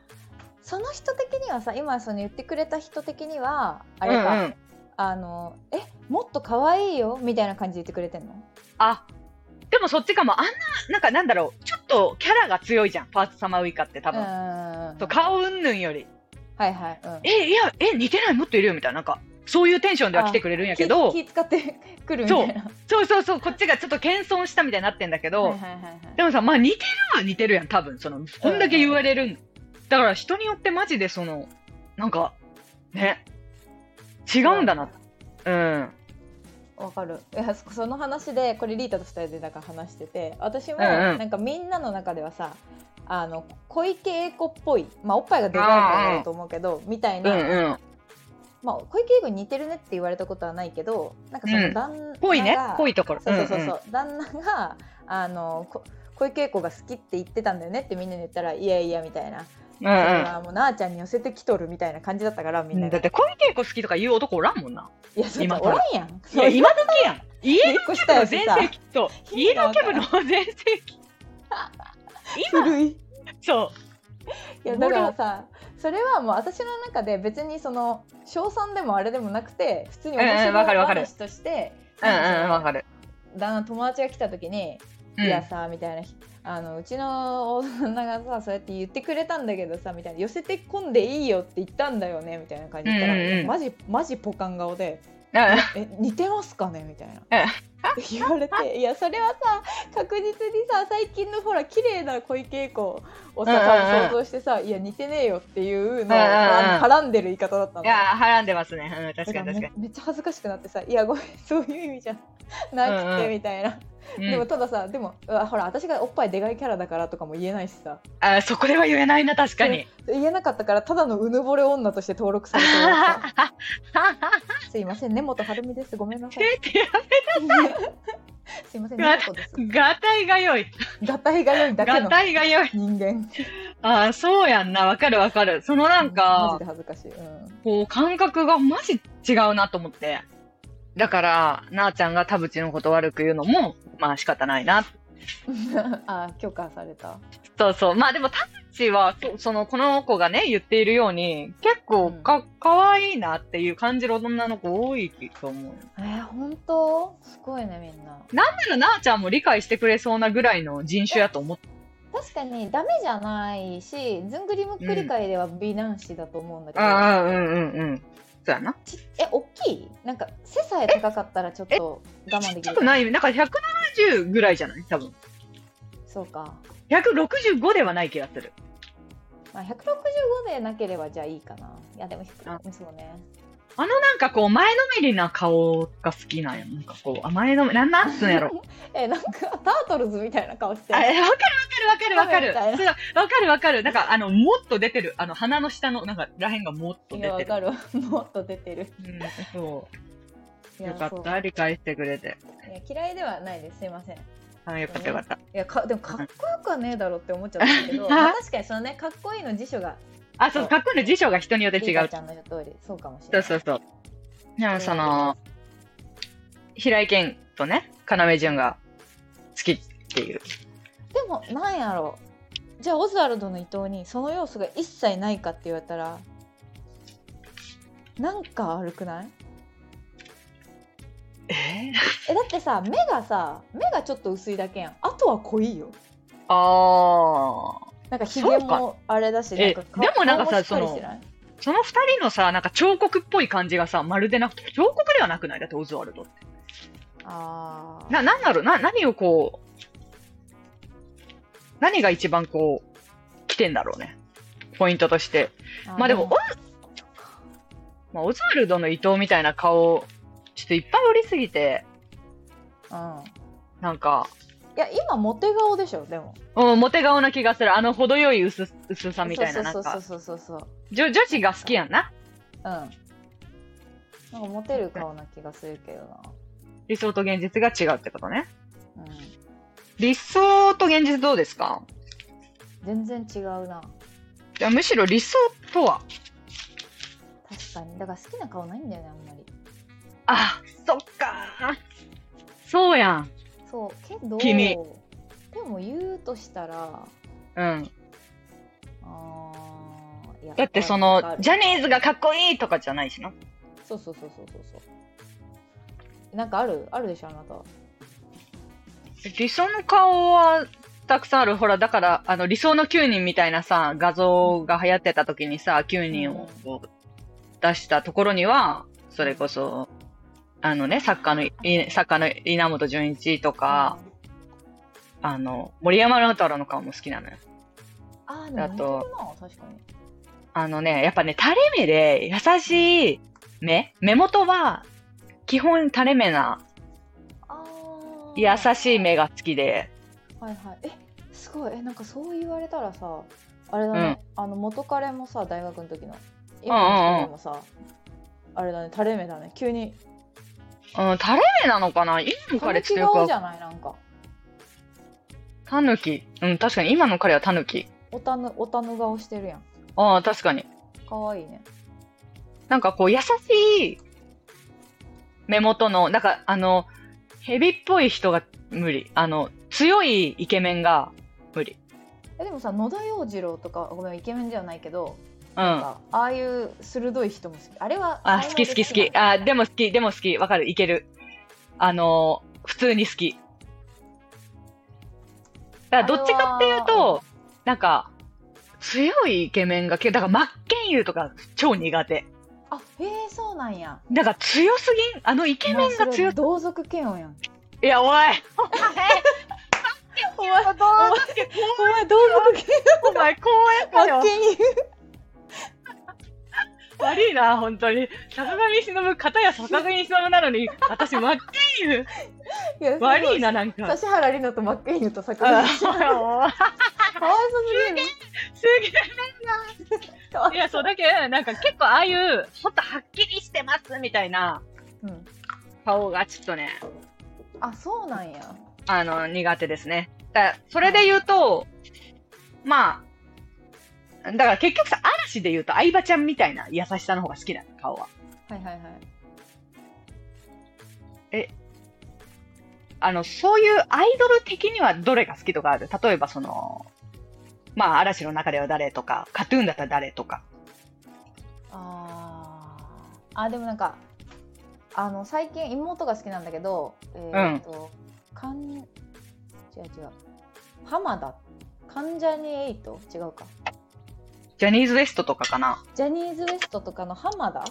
[SPEAKER 2] その人的にはさ今その言ってくれた人的にはあ
[SPEAKER 1] う
[SPEAKER 2] れ
[SPEAKER 1] んう
[SPEAKER 2] か、
[SPEAKER 1] ん。
[SPEAKER 2] あのえもっと可愛いよみたいな感じで言ってくれてんの
[SPEAKER 1] あ、でもそっちかも、あんな、なんかなんだろう、ちょっとキャラが強いじゃん、ファーストサマーウイカって多
[SPEAKER 2] う
[SPEAKER 1] 分。
[SPEAKER 2] ーん
[SPEAKER 1] そう顔うんぬんより。
[SPEAKER 2] はいはい、うん、
[SPEAKER 1] え、いや、え、似てないもっといるよみたいな。なんか、そういうテンションでは来てくれるんやけど、
[SPEAKER 2] 気気使ってくるみたいな
[SPEAKER 1] そうそうそう、こっちがちょっと謙遜したみたいになってんだけど、
[SPEAKER 2] はいはいはいはい
[SPEAKER 1] でもさ、まあ似てるは似てるやん、多分。その、こんだけ言われるん。だから人によってマジでその、なんか、ね、違うんだな。うん。
[SPEAKER 2] わかるいやそその話でこれリータと2人でなんか話してて私も
[SPEAKER 1] うんうん
[SPEAKER 2] なんかみんなの中ではさあの小池栄子っぽい、まあ、おっぱいがでかいからだと思うけどみたい
[SPEAKER 1] うん
[SPEAKER 2] な、
[SPEAKER 1] うん。
[SPEAKER 2] まあ、小池栄子に似てるねって言われたことはないけどなんかそ
[SPEAKER 1] うん
[SPEAKER 2] の旦那が、
[SPEAKER 1] ぽいね。ぽいところ。
[SPEAKER 2] そうそうそうそ
[SPEAKER 1] ん
[SPEAKER 2] う、
[SPEAKER 1] ん
[SPEAKER 2] 旦那があのこ小池栄子が好きって言ってたんだよねってみんなに言ったらいやいやみたいな、
[SPEAKER 1] うん
[SPEAKER 2] それはもうなあちゃんに寄せてきとるみたいな感じだったからみ
[SPEAKER 1] うん。
[SPEAKER 2] なん
[SPEAKER 1] だ
[SPEAKER 2] が、
[SPEAKER 1] って、小池栄子好きとか言う男おらんもんな。
[SPEAKER 2] いやそん
[SPEAKER 1] 今
[SPEAKER 2] な
[SPEAKER 1] か
[SPEAKER 2] お
[SPEAKER 1] ら
[SPEAKER 2] らんやん
[SPEAKER 1] いや、今時やん。家
[SPEAKER 2] 引っ越し
[SPEAKER 1] の
[SPEAKER 2] たやつ
[SPEAKER 1] 全
[SPEAKER 2] さ
[SPEAKER 1] 盛期と、家のキャブの全盛期。今、
[SPEAKER 2] <laughs> 古い
[SPEAKER 1] そ
[SPEAKER 2] いや
[SPEAKER 1] ボ
[SPEAKER 2] だ
[SPEAKER 1] ロ
[SPEAKER 2] からさそれはもう私の中で別にその称賛でもあれでもなくて普通に
[SPEAKER 1] うんうんわかるわかる
[SPEAKER 2] 話として
[SPEAKER 1] う。うんうん、わかる。
[SPEAKER 2] 旦那友達が来た時に
[SPEAKER 1] うん
[SPEAKER 2] いやさみたいなあのうちの女がさそうやって言ってくれたんだけどさみたいな寄せてこんでいいよって言ったんだよねみたいな感じで言ったら、
[SPEAKER 1] うんうんうん
[SPEAKER 2] マジマジポカン顔で
[SPEAKER 1] うん
[SPEAKER 2] 「え似てますかね?」みたいな
[SPEAKER 1] え
[SPEAKER 2] って言われていやそれはさ確実にさ最近のほら綺麗な小池栄子
[SPEAKER 1] う
[SPEAKER 2] をさ、
[SPEAKER 1] んうんうん
[SPEAKER 2] 想像してさ「いや似てねえよ」っていうのを
[SPEAKER 1] うんうんうん
[SPEAKER 2] 絡んでる言い方だったの。
[SPEAKER 1] いや、はらんでますね。うん、確
[SPEAKER 2] だ
[SPEAKER 1] か
[SPEAKER 2] か
[SPEAKER 1] に確
[SPEAKER 2] ら
[SPEAKER 1] か
[SPEAKER 2] めめっちゃ恥ずかしくなってさ「いやごめんそういう意味じゃなく
[SPEAKER 1] うん
[SPEAKER 2] て
[SPEAKER 1] う」ん
[SPEAKER 2] みたいな、
[SPEAKER 1] に。
[SPEAKER 2] で
[SPEAKER 1] う
[SPEAKER 2] も
[SPEAKER 1] ん
[SPEAKER 2] たださでもうわほら私がおっぱいでかいキャラだからとかも言えないしさ
[SPEAKER 1] あ、そこでは言えないな、確かに。
[SPEAKER 2] 言えなかったからただのうぬぼれ女として登録されて終わ
[SPEAKER 1] <laughs>
[SPEAKER 2] ったすいません根本晴美ですごめんなさいすいません根本です
[SPEAKER 1] ガタイが良い。
[SPEAKER 2] 合体が良いだけ
[SPEAKER 1] ガ
[SPEAKER 2] の
[SPEAKER 1] タイが良い。
[SPEAKER 2] 人間
[SPEAKER 1] ああ、そうやんな。わかるわかる。そのなん
[SPEAKER 2] マジ
[SPEAKER 1] か
[SPEAKER 2] で、恥ずかしい、うん、
[SPEAKER 1] こう、感覚がマジ違うなと思って。だから、なあちゃんが田淵のこと悪く言うのも、まあ仕方ないな。
[SPEAKER 2] あ許可された
[SPEAKER 1] そうそう。まあでも田淵は、そその、この子がね、言っているように、結構か、かわいいなっていう感じる女の子多いと思う。
[SPEAKER 2] えー、本当すごいねみんな
[SPEAKER 1] なんならなあちゃんも理解してくれそうなぐらいの人種やと思って。
[SPEAKER 2] 確かにダメじゃないしずんぐりむっくり界では美男子だと思うんだけど、
[SPEAKER 1] ああ、うんうんうん。そうやな。
[SPEAKER 2] ちえ大きいなんか背さえ高かったらちょっと我慢でき
[SPEAKER 1] ちょっ
[SPEAKER 2] る
[SPEAKER 1] とない、なんか170ぐらいじゃない多分。
[SPEAKER 2] そうか、
[SPEAKER 1] 165ではない気がする。
[SPEAKER 2] まあ、165でなければじゃあいいかないやでも
[SPEAKER 1] あ
[SPEAKER 2] 100そうね
[SPEAKER 1] あのなんかこう前のめりな顔が好きなんや。なんかこう、あ前のめり、なんなんつうんや <laughs> ろ。
[SPEAKER 2] えなんかタートルズみたいな顔して
[SPEAKER 1] あ、わか
[SPEAKER 2] る
[SPEAKER 1] るわかるわかるわか
[SPEAKER 2] カメ
[SPEAKER 1] る。
[SPEAKER 2] み
[SPEAKER 1] そうわかるわかる。なんかあの、もっと出てる。あの、鼻の下の、なんからへんがもっと
[SPEAKER 2] い
[SPEAKER 1] 出
[SPEAKER 2] やわ
[SPEAKER 1] てる。
[SPEAKER 2] かるわ <laughs> もっと出てる
[SPEAKER 1] うん、そう。
[SPEAKER 2] いや
[SPEAKER 1] よかっ
[SPEAKER 2] そう
[SPEAKER 1] た。理解してくれて。
[SPEAKER 2] いや嫌いではないですすいません
[SPEAKER 1] あよかったよかった。
[SPEAKER 2] いやかでもかっこよくはねえだろって思っちゃったけ
[SPEAKER 1] <laughs>
[SPEAKER 2] ど、
[SPEAKER 1] うん
[SPEAKER 2] まあ確かにそのねかっこいいの辞書が
[SPEAKER 1] あ、そう、かっこいいの辞書が人によって
[SPEAKER 2] リー
[SPEAKER 1] 違
[SPEAKER 2] ガ
[SPEAKER 1] う
[SPEAKER 2] ち。ゃんの言う通りそうかもしれ
[SPEAKER 1] そ
[SPEAKER 2] な
[SPEAKER 1] う
[SPEAKER 2] い
[SPEAKER 1] そうそう。でもその、平井堅とね、要潤が好きっていう。
[SPEAKER 2] でもなんやろじゃあオズワルドの伊藤にその要素が一切ないかって言われたらなんか悪くない
[SPEAKER 1] え
[SPEAKER 2] えだってさ目がさ目がちょっと薄いだけやんあとは濃いよ
[SPEAKER 1] ああ。
[SPEAKER 2] なんかひげ
[SPEAKER 1] そうか
[SPEAKER 2] もあれだし
[SPEAKER 1] え
[SPEAKER 2] なんか
[SPEAKER 1] でもなんかさ
[SPEAKER 2] 顔もしっかりしてない
[SPEAKER 1] その二人のさ、なんか彫刻っぽい感じがさ、まるでなくて、彫刻ではなくないだってオズワルドって。
[SPEAKER 2] あー
[SPEAKER 1] な、なんだろうな、何をこう、何が一番こう、来てんだろうね。ポイントとして。
[SPEAKER 2] あー
[SPEAKER 1] まあでも、オズまあ、オズワルドの伊藤みたいな顔、ちょっといっぱいおりすぎて、
[SPEAKER 2] うん
[SPEAKER 1] なんか、
[SPEAKER 2] いや今モテ顔でしょでも
[SPEAKER 1] うん、モテ顔な気がする。あの、程よい薄す、薄さみたいな、な
[SPEAKER 2] そ
[SPEAKER 1] ん
[SPEAKER 2] うそう
[SPEAKER 1] か、
[SPEAKER 2] そうそうそうそう
[SPEAKER 1] 女女子が好きやんな。
[SPEAKER 2] うんなんかモテる顔な気がするけどな
[SPEAKER 1] 理想と現実が違うってことね。
[SPEAKER 2] うん
[SPEAKER 1] 理想と現実どうですか
[SPEAKER 2] 全然違うな
[SPEAKER 1] じゃあむしろ理想とは
[SPEAKER 2] 確かにだから好きな顔ないんだよねあんまり
[SPEAKER 1] あ、そっかそうやん。
[SPEAKER 2] そうけど
[SPEAKER 1] 君
[SPEAKER 2] でも言うとしたら
[SPEAKER 1] うん。
[SPEAKER 2] あーいや
[SPEAKER 1] だってそ
[SPEAKER 2] わか
[SPEAKER 1] の、
[SPEAKER 2] る
[SPEAKER 1] ジャニーズがかっこいいとかじゃないしな。
[SPEAKER 2] そうそうそうそうそうそうなんかあるあるでしょあなた
[SPEAKER 1] 理想の顔はたくさんある。ほら、だから、あの、理想の9人みたいなさ、画像が流行ってた時にさ、9人をこう出したところには、それこそ、あのね、作家のい、作家の稲本潤一とか、あの、森山直太郎の顔も好きなのよ。
[SPEAKER 2] あーでも
[SPEAKER 1] あ
[SPEAKER 2] 似て
[SPEAKER 1] と
[SPEAKER 2] るな確かに
[SPEAKER 1] あのね、やっぱね、垂れ目で優しい目目元は、基本垂れ目な
[SPEAKER 2] あ
[SPEAKER 1] 優
[SPEAKER 2] ー
[SPEAKER 1] しい目が好きで、
[SPEAKER 2] はいはいえすごいえなんかそう言われたらさあれだね、あの元彼もさ大学の時の今の人でもさ、あれだね垂れ目だね急に
[SPEAKER 1] うん、垂れ目なのかな今の
[SPEAKER 2] 垂
[SPEAKER 1] 彼
[SPEAKER 2] れ
[SPEAKER 1] ちょっ
[SPEAKER 2] 気
[SPEAKER 1] とよく
[SPEAKER 2] 顔
[SPEAKER 1] わ
[SPEAKER 2] じ
[SPEAKER 1] か
[SPEAKER 2] ゃないなんか
[SPEAKER 1] タヌキ。うん、確かに今の彼はタヌキ。
[SPEAKER 2] おたぬおたぬ顔してるやん
[SPEAKER 1] ああ、確かに。
[SPEAKER 2] かわいいね
[SPEAKER 1] なんかこう、優しい目元の、なんかあの、蛇っぽい人が無理。あの、強いイケメンが無理。
[SPEAKER 2] えでもさ野田洋次郎とかごめんイケメンではないけど、
[SPEAKER 1] う
[SPEAKER 2] なん
[SPEAKER 1] ん。
[SPEAKER 2] かああいう鋭い人も好きあれは
[SPEAKER 1] あ、好き好き好き。
[SPEAKER 2] あ
[SPEAKER 1] あ、でも好き、でも好き。わかる、いける。あのー、普通に好き。だからどっちかっていう
[SPEAKER 2] あれは
[SPEAKER 1] と、なんか、強いイケメンが、けだから、真剣佑とか超苦手。
[SPEAKER 2] あへえそうなんや
[SPEAKER 1] だから強すぎんあのイケメンが強
[SPEAKER 2] もうそれ
[SPEAKER 1] す
[SPEAKER 2] 同族嫌悪やん
[SPEAKER 1] いや、おいお前
[SPEAKER 2] お前
[SPEAKER 1] どう
[SPEAKER 2] お前同族
[SPEAKER 1] お前、こうやった
[SPEAKER 2] 嫌
[SPEAKER 1] よ
[SPEAKER 2] 悪。真剣
[SPEAKER 1] 悪いな、本当に。坂上忍、片や坂上忍なのに、私、真剣佑。
[SPEAKER 2] 言う
[SPEAKER 1] 悪い
[SPEAKER 2] な
[SPEAKER 1] な、なんか。
[SPEAKER 2] 指原莉乃と真剣佑と
[SPEAKER 1] う
[SPEAKER 2] 坂
[SPEAKER 1] んお
[SPEAKER 2] 上
[SPEAKER 1] い
[SPEAKER 2] かわいそうすぎる
[SPEAKER 1] すげえ。
[SPEAKER 2] かわ
[SPEAKER 1] いや、そうだけど、なんか結構ああいう、もっとはっきりしてますみたいな
[SPEAKER 2] うん、
[SPEAKER 1] 顔がちょっとね、
[SPEAKER 2] あそうなんや
[SPEAKER 1] あの、苦手ですね。だそれで言うと、まあ、だから結局さ、嵐で言うと相葉ちゃんみたいな優しさの方が好きなの、顔は。
[SPEAKER 2] はいはいはい
[SPEAKER 1] あの、そういうアイドル的にはどれが好きとかある例えばその、まあ、嵐の中では誰とか、カトゥーンだったら誰とか。
[SPEAKER 2] あーあでもなんかあの最近妹が好きなんだけどえーっと、かん違う違う浜田関ジャニエイト違うか
[SPEAKER 1] ジャニーズ WEST とかかな
[SPEAKER 2] ジャニーズ WEST とかの浜田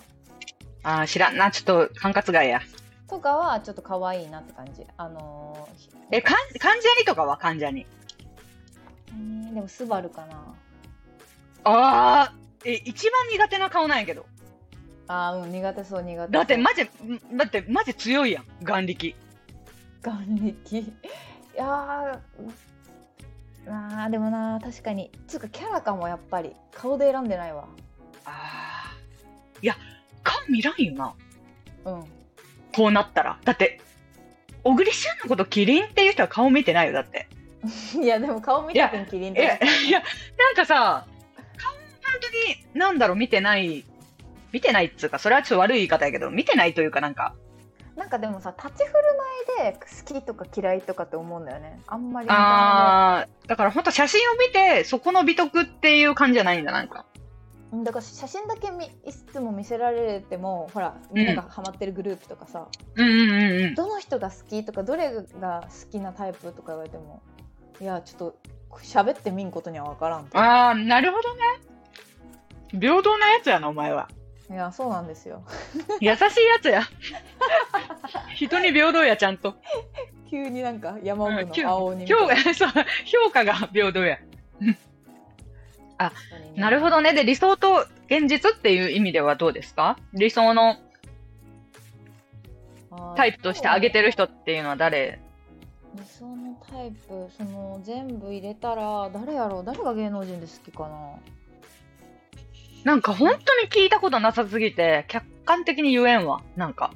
[SPEAKER 1] あー知らんな。ちょっと管轄外や。
[SPEAKER 2] とかはちょっと可愛いなって感じあのーひ
[SPEAKER 1] え、かん、関ジャニとかは関ジャニ。
[SPEAKER 2] 何でもスバルかな
[SPEAKER 1] ああ、え、一番苦手な顔なんやけど。
[SPEAKER 2] あーうん苦手そう苦手
[SPEAKER 1] だってマジ、んだってマジ強いやん、眼力。
[SPEAKER 2] 眼力いやーあーでもな確かにつうかキャラかもやっぱり顔で選んでないわ
[SPEAKER 1] ああ。いや、顔見らんよな。
[SPEAKER 2] うん
[SPEAKER 1] こうなったら。だって、小栗旬のことキリンっていう人は顔見てないよ、だって。
[SPEAKER 2] いやでも顔見たくんキリン
[SPEAKER 1] い
[SPEAKER 2] と
[SPEAKER 1] や、いや、なんかさ、顔本当に、なんだろう、見てない。見てないっつうか、それはちょっと悪い言い方やけど、見てないというかなんか、
[SPEAKER 2] なんかでもさ立ち振る舞いで好きとか嫌いとかって思うんだよねあんまり見た目が
[SPEAKER 1] ああ、だから本当写真を見て、そこの美徳っていう感じじゃないんだ、なんか。
[SPEAKER 2] うんだから写真だけみいつも見せられてもほら
[SPEAKER 1] ん
[SPEAKER 2] みんながハマってるグループとかさ、
[SPEAKER 1] うんうんうんうん。
[SPEAKER 2] どの人が好きとかどれが好きなタイプとか言われてもいやちょっと喋ってみんことには分からんと
[SPEAKER 1] ああ、なるほどね。平等なやつやな、お前 <laughs> は。
[SPEAKER 2] いやそうなんですよ
[SPEAKER 1] 優しいやつ <laughs> や。人に平等や、ちゃんと。
[SPEAKER 2] 急になんか山
[SPEAKER 1] う
[SPEAKER 2] 奥
[SPEAKER 1] んきゅ
[SPEAKER 2] の青鬼みたい
[SPEAKER 1] 評 <laughs>
[SPEAKER 2] な
[SPEAKER 1] 価そう評価が平等や。
[SPEAKER 2] 人にね
[SPEAKER 1] なるほどね。で、理想と現実っていう意味ではどうですか理想の
[SPEAKER 2] あー
[SPEAKER 1] タイプとして挙げてる人っていうのは誰
[SPEAKER 2] 理想のタイプその全部入れたら誰やろう誰が芸能人で好きかな
[SPEAKER 1] なんか本当に聞いたことなさすぎて、客観的に言えんわ。なんか。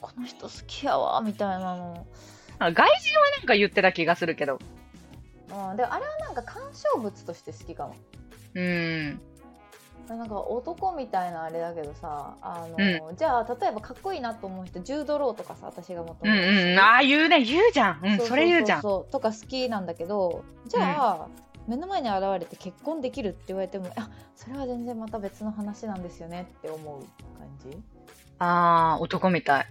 [SPEAKER 2] この人好きやわみたいなの
[SPEAKER 1] なんか外人はなんか言ってた気がするけど。
[SPEAKER 2] うんでもあれはなんか鑑賞物として好きかも
[SPEAKER 1] うーん。
[SPEAKER 2] なんか男みたいなあれだけどさあの、
[SPEAKER 1] う
[SPEAKER 2] じゃあ例えばかっこいいなと思う人ジュード・ローとかさ私がもと
[SPEAKER 1] うんうん。ああ、言うね。言うじゃん。うん、それ言うじゃん。
[SPEAKER 2] そうとか好きなんだけどじゃあ、目の前に現れて結婚できるって言われてもあそれは全然また別の話なんですよねって思う感じ
[SPEAKER 1] ああ、男みたい。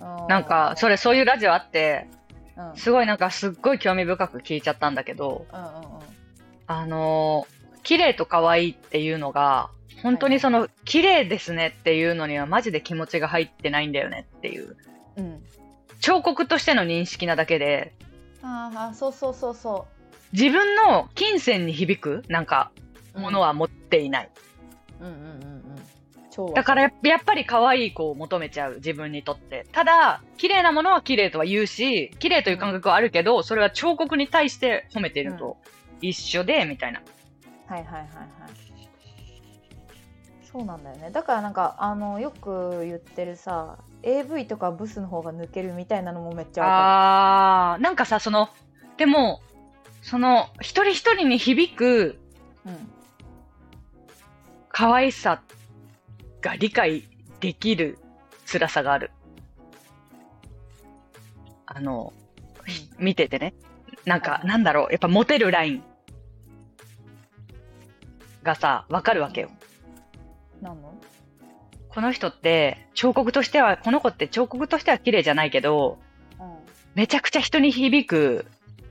[SPEAKER 2] う
[SPEAKER 1] なんか、それ、そういうラジオあって、
[SPEAKER 2] うん、うんうん
[SPEAKER 1] すごいなんかすっごい興味深く聞いちゃったんだけど、
[SPEAKER 2] うん
[SPEAKER 1] あのー綺麗と可愛いっていうのが、本当にその、綺麗ですねっていうのにはマジで気持ちが入ってないんだよねっていう。
[SPEAKER 2] うん
[SPEAKER 1] 彫刻としての認識なだけで、
[SPEAKER 2] ああそうそうそうそ
[SPEAKER 1] 自分の金銭に響く、なんか、
[SPEAKER 2] う
[SPEAKER 1] ものは持っていない。
[SPEAKER 2] うんうんうんうん超わ
[SPEAKER 1] だから
[SPEAKER 2] る
[SPEAKER 1] ややっぱり可愛い子を求めちゃう、自分にとって。ただ、綺麗なものは綺麗とは言うし、綺麗という感覚はあるけど、それは彫刻に対して褒めていると一緒で、みたいな。
[SPEAKER 2] はいはいはいはいそうなんだよねだからなんかあのよく言ってるさ AV とかブスの方が抜けるみたいなのもめっちゃわか
[SPEAKER 1] あー、なんかさ、その、でも、その、一人一人に響く
[SPEAKER 2] る
[SPEAKER 1] 可愛さが理解できる辛さがある。あの、ひ見ててね。なん
[SPEAKER 2] はい
[SPEAKER 1] か、
[SPEAKER 2] はい
[SPEAKER 1] なんだろう、やっぱモテるラインがさ、わかる
[SPEAKER 2] うん
[SPEAKER 1] わけよ。
[SPEAKER 2] なんの
[SPEAKER 1] この人って、彫刻としては、この子って彫刻としては綺麗じゃないけど、
[SPEAKER 2] うんっ
[SPEAKER 1] めちゃくちゃ人に響く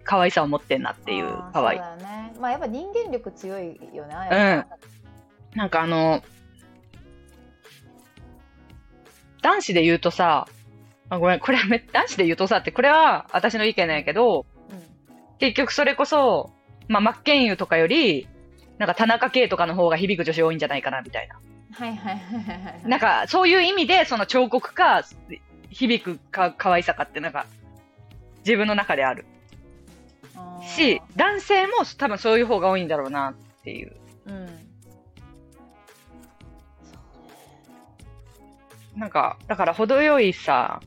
[SPEAKER 1] 可愛さを持ってんなっていう可愛い
[SPEAKER 2] そう。だよねまあやっぱ人間力強いよねあ
[SPEAKER 1] う
[SPEAKER 2] や
[SPEAKER 1] ん。なんかあの、男子で言うとさ、あごめん、これめ、男子で言うとさって、これは私の意見なんやけど、結局それこそ、まあ、マッケンユとかより、なんか田中圭とかの方が響く女子多いんじゃないかな、みたいな。
[SPEAKER 2] はいはいはいはいはい
[SPEAKER 1] なんか、そういう意味で、その彫刻か、響くか、可愛さかって、なんか、自分の中である
[SPEAKER 2] あー
[SPEAKER 1] し、男性も多分そういう方が多いんだろうな、っていう。
[SPEAKER 2] うん
[SPEAKER 1] なんか、だから程よいさ、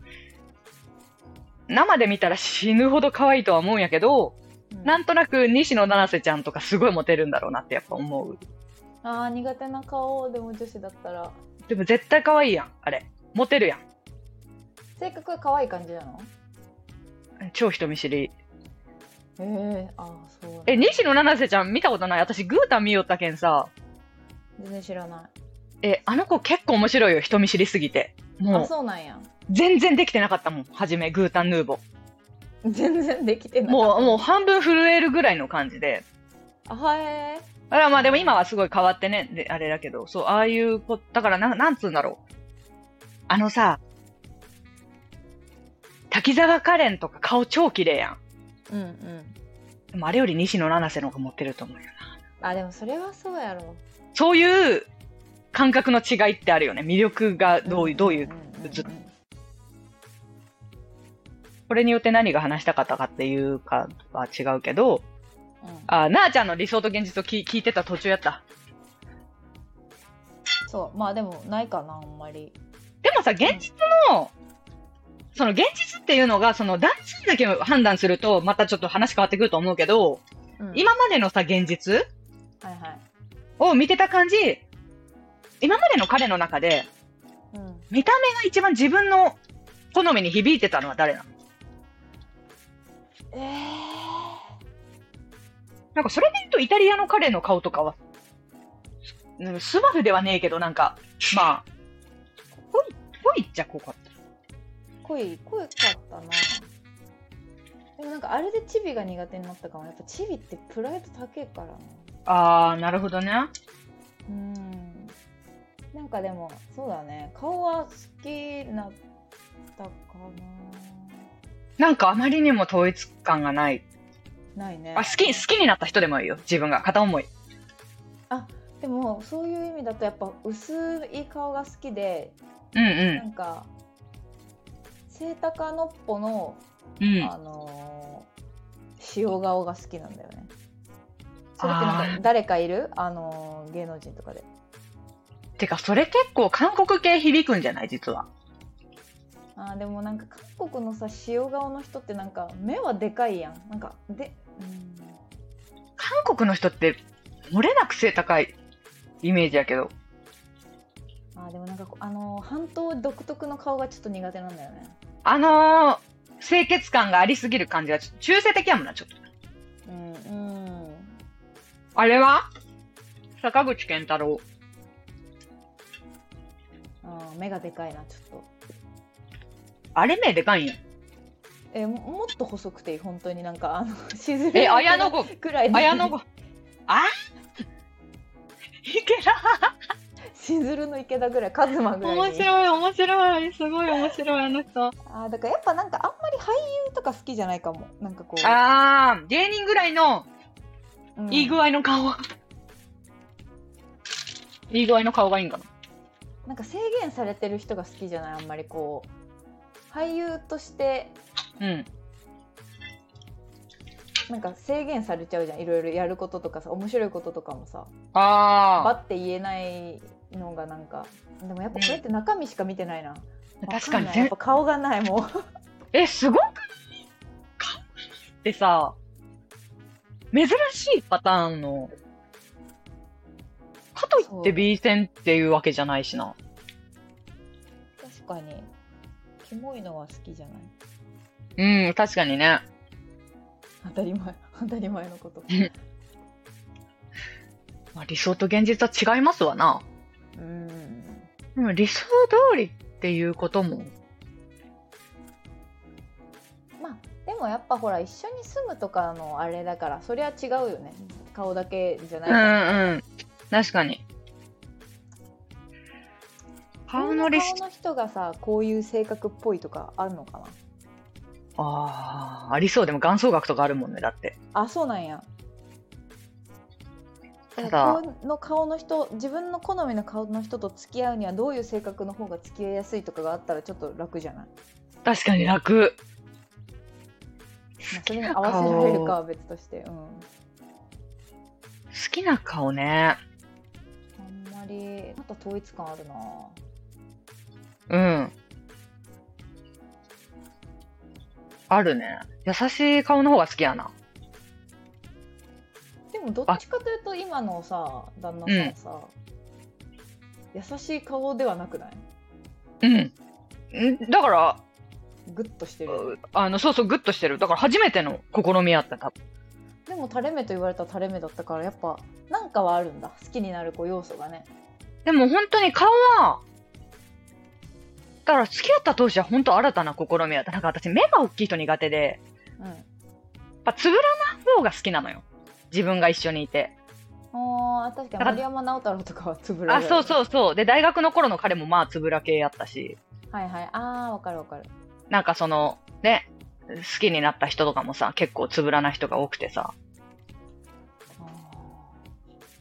[SPEAKER 1] 生で見たら死ぬほど可愛いとは思うんやけど、
[SPEAKER 2] うん
[SPEAKER 1] なんとなく西野七瀬ちゃんとかすごいモテるんだろうなってやっぱ思う。
[SPEAKER 2] あー苦手な顔でも女子だったら
[SPEAKER 1] でも絶対可愛いやん、あれ。モテるやん。
[SPEAKER 2] 性格が可愛い感じなの
[SPEAKER 1] 超人見知り。
[SPEAKER 2] ええああそう
[SPEAKER 1] え、西野七瀬ちゃん見たことない私グータン見よったけんさ。
[SPEAKER 2] 全然知らない
[SPEAKER 1] え、あの子結構面白いよ、人見知りすぎて。
[SPEAKER 2] あ
[SPEAKER 1] もう、
[SPEAKER 2] そうなんや
[SPEAKER 1] 全然できてなかったもん、初め、グータンヌーボ
[SPEAKER 2] 全然できてない
[SPEAKER 1] もう、もう半分震えるぐらいの感じで。
[SPEAKER 2] あはえ
[SPEAKER 1] あらまあでも今はすごい変わってね、であれだけど、そう、ああいうこ、だからなん、なんつうんだろう。あのさ、滝沢カレンとか顔超綺麗やん。
[SPEAKER 2] うんうん
[SPEAKER 1] でもあれより西野七瀬の方が持ってると思うよな。
[SPEAKER 2] あでもそれはそうやろ
[SPEAKER 1] そういう感覚の違いってあるよね。魅力がどういう、どうい
[SPEAKER 2] ん
[SPEAKER 1] う、
[SPEAKER 2] んん
[SPEAKER 1] ずっこれによって何が話したかったかっていうかは違うけど、
[SPEAKER 2] うん
[SPEAKER 1] あ、なあちゃんの理想と現実を聞聞いてた途中やった。
[SPEAKER 2] そうまあでもないかなあんまり
[SPEAKER 1] でもさ、現実の、その現実っていうのが、その男性だけを判断すると、またちょっと話変わってくると思うけど、
[SPEAKER 2] うん
[SPEAKER 1] 今までのさ、現実
[SPEAKER 2] はいはい
[SPEAKER 1] を見てた感じ、今までの彼の中で、
[SPEAKER 2] うん
[SPEAKER 1] 見た目が一番自分の好みに響いてたのは誰なの
[SPEAKER 2] えー、
[SPEAKER 1] なんかそれで言うとイタリアの彼の顔とかは、うん、スバルではねえけど、なんか、まあ、濃い、濃いっちゃ濃かった。
[SPEAKER 2] 濃い濃かったなでもなんかあれでチビが苦手になったかもやっぱチビってプライド高いからな
[SPEAKER 1] あー、なるほどね。
[SPEAKER 2] うんなんかでもそうだね顔は好きなったか
[SPEAKER 1] なんかあまりにも統一感がない。
[SPEAKER 2] なないね
[SPEAKER 1] あ、好き、好きになった人でもいいよ。自分が。片思い。
[SPEAKER 2] でもそういう意味だとやっぱ薄い顔が好きで
[SPEAKER 1] うん
[SPEAKER 2] なんか背高のっぽの、
[SPEAKER 1] うん。うん。
[SPEAKER 2] あのー塩顔が好きなんだよねそれってなんか誰かいるあのー芸能人とかで
[SPEAKER 1] てか、それ結構韓国系響くんじゃない実は。
[SPEAKER 2] あーでもなんか韓国のさ塩顔の人ってなんか目はでかいやんなんかでうん
[SPEAKER 1] 韓国の人って、漏れなく背高いイメージやけど。
[SPEAKER 2] あーでもなんかこうあのー半島独特の顔がちょっと苦手なんだよね
[SPEAKER 1] あのー、清潔感がありすぎる感じが、ちょっと中性的やもんな、ちょっと。
[SPEAKER 2] うんうん
[SPEAKER 1] あれは坂口健太郎。
[SPEAKER 2] あー目がでかいなちょっと
[SPEAKER 1] あれ目でかいんや。
[SPEAKER 2] えーももっと細くていい本当になんかあのしず
[SPEAKER 1] え、綾野剛。
[SPEAKER 2] くらい
[SPEAKER 1] 綾
[SPEAKER 2] <laughs>
[SPEAKER 1] 野剛。あいけな
[SPEAKER 2] しずるの池田ぐらいカズマぐらい
[SPEAKER 1] 面
[SPEAKER 2] い
[SPEAKER 1] 白い、面白い。すごい面白い、あの人。
[SPEAKER 2] あーだからやっぱなんかあんまり俳優とか好きじゃないかもなんかこう
[SPEAKER 1] あー、芸人ぐらいの
[SPEAKER 2] うん
[SPEAKER 1] いい具合の顔。いい具合の顔がいいんかな。
[SPEAKER 2] なんか制限されてる人が好きじゃないあんまりこう俳優として
[SPEAKER 1] うん。
[SPEAKER 2] なんか制限されちゃうじゃんいろいろやることとかさ面白いこととかもさば
[SPEAKER 1] あ
[SPEAKER 2] って言えないのがなんかでもやっぱこれって中身しか見てないな、
[SPEAKER 1] ー、
[SPEAKER 2] わ
[SPEAKER 1] 確か
[SPEAKER 2] ん
[SPEAKER 1] に
[SPEAKER 2] ない。や
[SPEAKER 1] 全
[SPEAKER 2] っぱ顔がないもう
[SPEAKER 1] え、すごくない顔がないってさ、珍しいパターンの。かとい
[SPEAKER 2] そ
[SPEAKER 1] っ
[SPEAKER 2] う
[SPEAKER 1] て B 線っていうわけじゃないしな。
[SPEAKER 2] 確かにキモいのは好きじゃない
[SPEAKER 1] うん、確かにね。
[SPEAKER 2] 当たり前当たり前の <laughs> こと
[SPEAKER 1] まあ、理想と現実は違いますわな。
[SPEAKER 2] うん
[SPEAKER 1] でも理想通りっていうことも。
[SPEAKER 2] まあでもやっぱほら一緒に住むとかのあれだからそりゃ違うよね顔だけじゃない
[SPEAKER 1] うん
[SPEAKER 2] から
[SPEAKER 1] うん。確かに。顔の理想。
[SPEAKER 2] 顔の人がさこういう性格っぽいとかあるのかな
[SPEAKER 1] ああ、ありそう。でも元祖学とかあるもんね、だって。
[SPEAKER 2] あそうなんや
[SPEAKER 1] ただ
[SPEAKER 2] 顔の顔の人自分の好みの顔の人と付き合うにはどういう性格の方が付き合いやすいとかがあったらちょっと楽じゃない、ま
[SPEAKER 1] 確かに楽。
[SPEAKER 2] あ、それに合わせられるかは別としてうん
[SPEAKER 1] 好きな顔ね。
[SPEAKER 2] あんまりまた統一感あるな
[SPEAKER 1] うん。あるね。優しい顔の方が好きやな。
[SPEAKER 2] でもどっちかというと今のさ旦那さんさ、優しい顔ではなくない
[SPEAKER 1] うん。んだから、
[SPEAKER 2] グッとしてるよね
[SPEAKER 1] うあの、そうそう、グッとしてる。だから初めての試みやった、多分。
[SPEAKER 2] でも垂れ目と言われたら垂れ目だったからやっぱなんかはあるんだ好きになるこう要素がね
[SPEAKER 1] でも本当に顔は、だから付き合った当時は本当新たな試みやった。なんか私目が大きい人苦手で、
[SPEAKER 2] うん
[SPEAKER 1] やっぱつぶらない方が好きなのよ。自分が一緒にいて。
[SPEAKER 2] あー確かに
[SPEAKER 1] だから
[SPEAKER 2] 森山直太朗とかはつぶら
[SPEAKER 1] あ、そう
[SPEAKER 2] う
[SPEAKER 1] そうそう。で、大学の頃の彼もまあつぶら系やったし、
[SPEAKER 2] はいはいあーわかるわかる
[SPEAKER 1] なんかその、ね、好きになった人とかもさ、結構つぶらな人が多くてさ、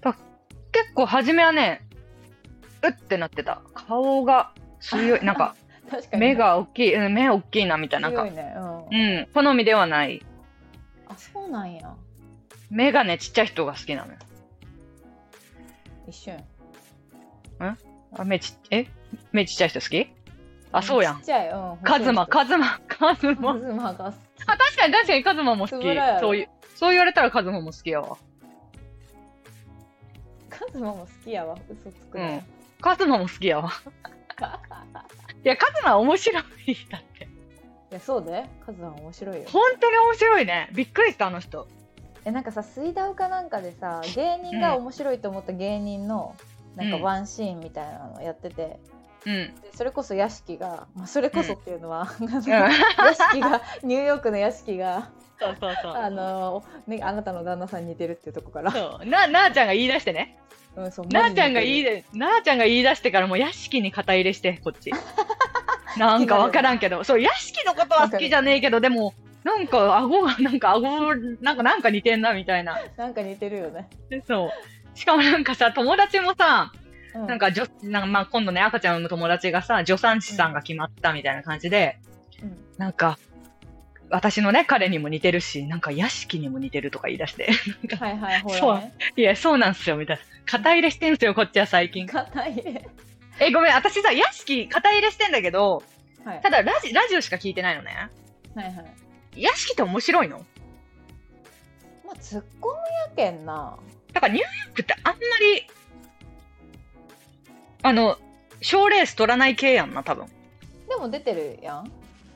[SPEAKER 2] あ
[SPEAKER 1] 結構初めはね、うってなってた。顔が強い。なんか、
[SPEAKER 2] ー確かに
[SPEAKER 1] 目が大きい、うん、目大きいなみたいな。なん
[SPEAKER 2] 強い
[SPEAKER 1] か、
[SPEAKER 2] ねうん、
[SPEAKER 1] うん、好みではない。
[SPEAKER 2] あそうなんや
[SPEAKER 1] 目がね、ちっちゃい人が好きなのよ。
[SPEAKER 2] 一瞬
[SPEAKER 1] あ、目ちっ、え目ちっちゃい人好きあ、そうやん
[SPEAKER 2] ちっ。ちゃいうん
[SPEAKER 1] カズマ、
[SPEAKER 2] カ
[SPEAKER 1] カズマ、カズ
[SPEAKER 2] ズマ
[SPEAKER 1] マ。
[SPEAKER 2] が好き
[SPEAKER 1] あ、確かに確かにカズマも好
[SPEAKER 2] つ
[SPEAKER 1] き
[SPEAKER 2] ぶらや。ろ
[SPEAKER 1] そういう、そう言われたらカズマも好きやわ。
[SPEAKER 2] カズマも好きやわ嘘つくね、
[SPEAKER 1] <laughs> カズマも好きやわ。いや、カズマ面白い。だって。
[SPEAKER 2] やそうでカズは面白いよ
[SPEAKER 1] 本当に面白いね。びっくりした、あの人。
[SPEAKER 2] えなんかさ水道かなんかでさ芸人が面白いと思った芸人のなんか
[SPEAKER 1] うん
[SPEAKER 2] ワンシーンみたいなのやってて、
[SPEAKER 1] うん。
[SPEAKER 2] でそれこそ屋敷が、まあ、それこそっていうのは、屋
[SPEAKER 1] そ
[SPEAKER 2] 敷
[SPEAKER 1] う
[SPEAKER 2] がニューヨークの屋敷が
[SPEAKER 1] そうそう。
[SPEAKER 2] あの、ね、あなたの旦那さんに似てるっていうとこから
[SPEAKER 1] そうな、なあちゃんが言い出してね。
[SPEAKER 2] うん、そう
[SPEAKER 1] なあちゃんが言い
[SPEAKER 2] で
[SPEAKER 1] 出、なあちゃんが言い出してからもう屋敷に肩入れして、こっ <laughs> ち。なんかわからんけど、そう、屋敷のことは好きじゃねえけど、でも、なんか顎が、なんか顎、なんかなんか似てんな、みたいな。
[SPEAKER 2] なんか似てるよね、
[SPEAKER 1] でそう。しかもなんかさ、友達もさ、
[SPEAKER 2] う
[SPEAKER 1] なんか女、なんかまあ今度ね、赤ちゃんの友達がさ、助産師さんが決まったみたいな感じで、
[SPEAKER 2] うん
[SPEAKER 1] なんか、私のね、彼にも似てるし、なんか屋敷にも似てるとか言い出して、 <laughs>
[SPEAKER 2] はいはいほ
[SPEAKER 1] そ
[SPEAKER 2] ら
[SPEAKER 1] う
[SPEAKER 2] ね
[SPEAKER 1] いや、そうなんすよ、みたいな。肩入れしてんすよ、こっちは最近。
[SPEAKER 2] 硬い
[SPEAKER 1] え、ごめん、私さ、屋敷、肩入れしてんだけど、
[SPEAKER 2] はい
[SPEAKER 1] ただラジ、ラジオしか聞いてないのね。
[SPEAKER 2] はいはい
[SPEAKER 1] 屋敷って面白いの
[SPEAKER 2] まあツッコミやけんな
[SPEAKER 1] だからニューヨークってあんまり、あの、賞レース取らない系やんな、多分。
[SPEAKER 2] でも出てるやん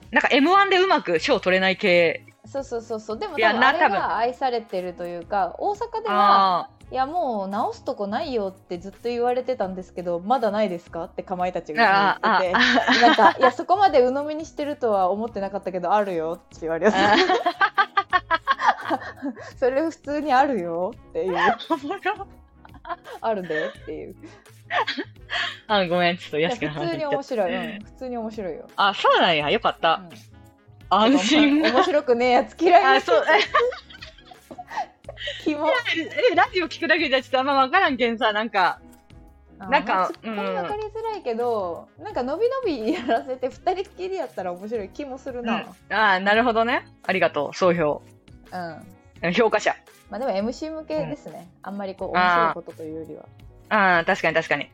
[SPEAKER 1] なんか M1 でうまく賞取れない系。
[SPEAKER 2] そうそうそうそうでも多
[SPEAKER 1] いや
[SPEAKER 2] 分
[SPEAKER 1] な
[SPEAKER 2] あれ
[SPEAKER 1] 多分
[SPEAKER 2] が愛されてるというか大阪では「いやもう直すとこないよ」ってずっと言われてたんですけど「まだないですか?」ってかまいたち
[SPEAKER 1] ー
[SPEAKER 2] が
[SPEAKER 1] あー、あ
[SPEAKER 2] 言っ
[SPEAKER 1] ー
[SPEAKER 2] て
[SPEAKER 1] あー、
[SPEAKER 2] てなんか「いやそこまで鵜呑みにしてるとは思ってなかったけどあるよ」って言われ
[SPEAKER 1] あ
[SPEAKER 2] たそれ普通にあるよっていう
[SPEAKER 1] <laughs>
[SPEAKER 2] 「
[SPEAKER 1] ーおもろ
[SPEAKER 2] あるで」っていう
[SPEAKER 1] あ、ごめん、ちょっと
[SPEAKER 2] い
[SPEAKER 1] 屋
[SPEAKER 2] や
[SPEAKER 1] 敷の
[SPEAKER 2] 普
[SPEAKER 1] 話
[SPEAKER 2] 通に
[SPEAKER 1] 言っちゃ
[SPEAKER 2] 面
[SPEAKER 1] った。
[SPEAKER 2] 白い、うん、普通に面白いよ、
[SPEAKER 1] あ、そうなんや、よかっ
[SPEAKER 2] う
[SPEAKER 1] た。
[SPEAKER 2] ん
[SPEAKER 1] 安心。
[SPEAKER 2] 面白くねえやつ嫌いな
[SPEAKER 1] あ、そう、
[SPEAKER 2] 気も
[SPEAKER 1] え、えラジオ聞くだけじゃちょっとあんま分からんけんさ、なんか、なんか
[SPEAKER 2] あーまあツッコミ分かりづらいけど、なんかのびのびやらせて二人っきりやったら面白い気もするな、うん
[SPEAKER 1] ああ、なるほどね。ありがとう、総評。評価者。
[SPEAKER 2] まあでも MC 向けですね、あんまりこう面白
[SPEAKER 1] あ
[SPEAKER 2] い
[SPEAKER 1] ー
[SPEAKER 2] ことというよりは
[SPEAKER 1] ああ、確かに確かに。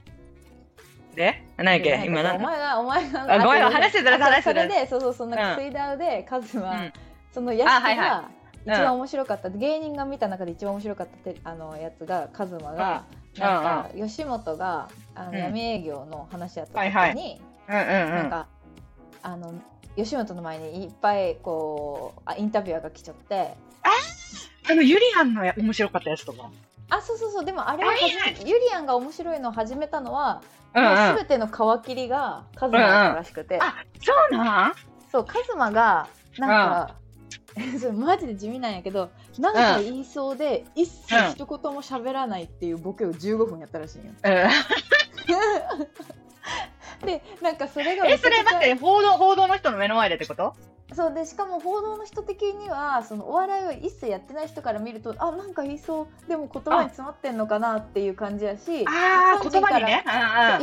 [SPEAKER 1] で何やっ
[SPEAKER 2] で
[SPEAKER 1] け今
[SPEAKER 2] なんか
[SPEAKER 1] 何だ
[SPEAKER 2] お前がお前が
[SPEAKER 1] あごめん
[SPEAKER 2] と
[SPEAKER 1] 話してたら
[SPEAKER 2] あ
[SPEAKER 1] 話して
[SPEAKER 2] そ
[SPEAKER 1] たら
[SPEAKER 2] れでそうそうそうなんか
[SPEAKER 1] う
[SPEAKER 2] 水ダウでカズは、
[SPEAKER 1] うん
[SPEAKER 2] その屋敷が、
[SPEAKER 1] あはいは
[SPEAKER 2] 一番面白かった、芸人が見た中で一番面白かったてあのやつがカズマが、
[SPEAKER 1] うん
[SPEAKER 2] なんか吉本があの、
[SPEAKER 1] うん
[SPEAKER 2] 闇営業の話やった時に、
[SPEAKER 1] はいはいうんうん
[SPEAKER 2] なん
[SPEAKER 1] うん。
[SPEAKER 2] か、あの吉本の前にいっぱいこうあインタビュアーが来ちゃって
[SPEAKER 1] あの、ゆりやんのや面白かったやつとか。
[SPEAKER 2] あそうそうそうでもあれははじめゆりやんが面白いのを始めたのは、
[SPEAKER 1] うんうん。
[SPEAKER 2] もう
[SPEAKER 1] あ、
[SPEAKER 2] 全ての皮切りがカズマだったらしくて、
[SPEAKER 1] そうなん
[SPEAKER 2] そうカズマがなんか、 <laughs> それマジで地味なんやけどなんか言いそうで、一切一言も喋らないっていうボケを15分やったらしいんよ。 <laughs>
[SPEAKER 1] うん。
[SPEAKER 2] でなんかそれが
[SPEAKER 1] え、
[SPEAKER 2] めち
[SPEAKER 1] そ
[SPEAKER 2] ゃくち
[SPEAKER 1] れ
[SPEAKER 2] ゃ
[SPEAKER 1] 待って、報道、報道の人の目の前でってこと
[SPEAKER 2] そうでしかも報道の人的にはそのお笑いを一切やってない人から見るとあなんか言いそうでも言葉に詰まってんのかなっていう感じやし
[SPEAKER 1] ああ、
[SPEAKER 2] 一般人
[SPEAKER 1] 言葉
[SPEAKER 2] か
[SPEAKER 1] に
[SPEAKER 2] ら
[SPEAKER 1] ね。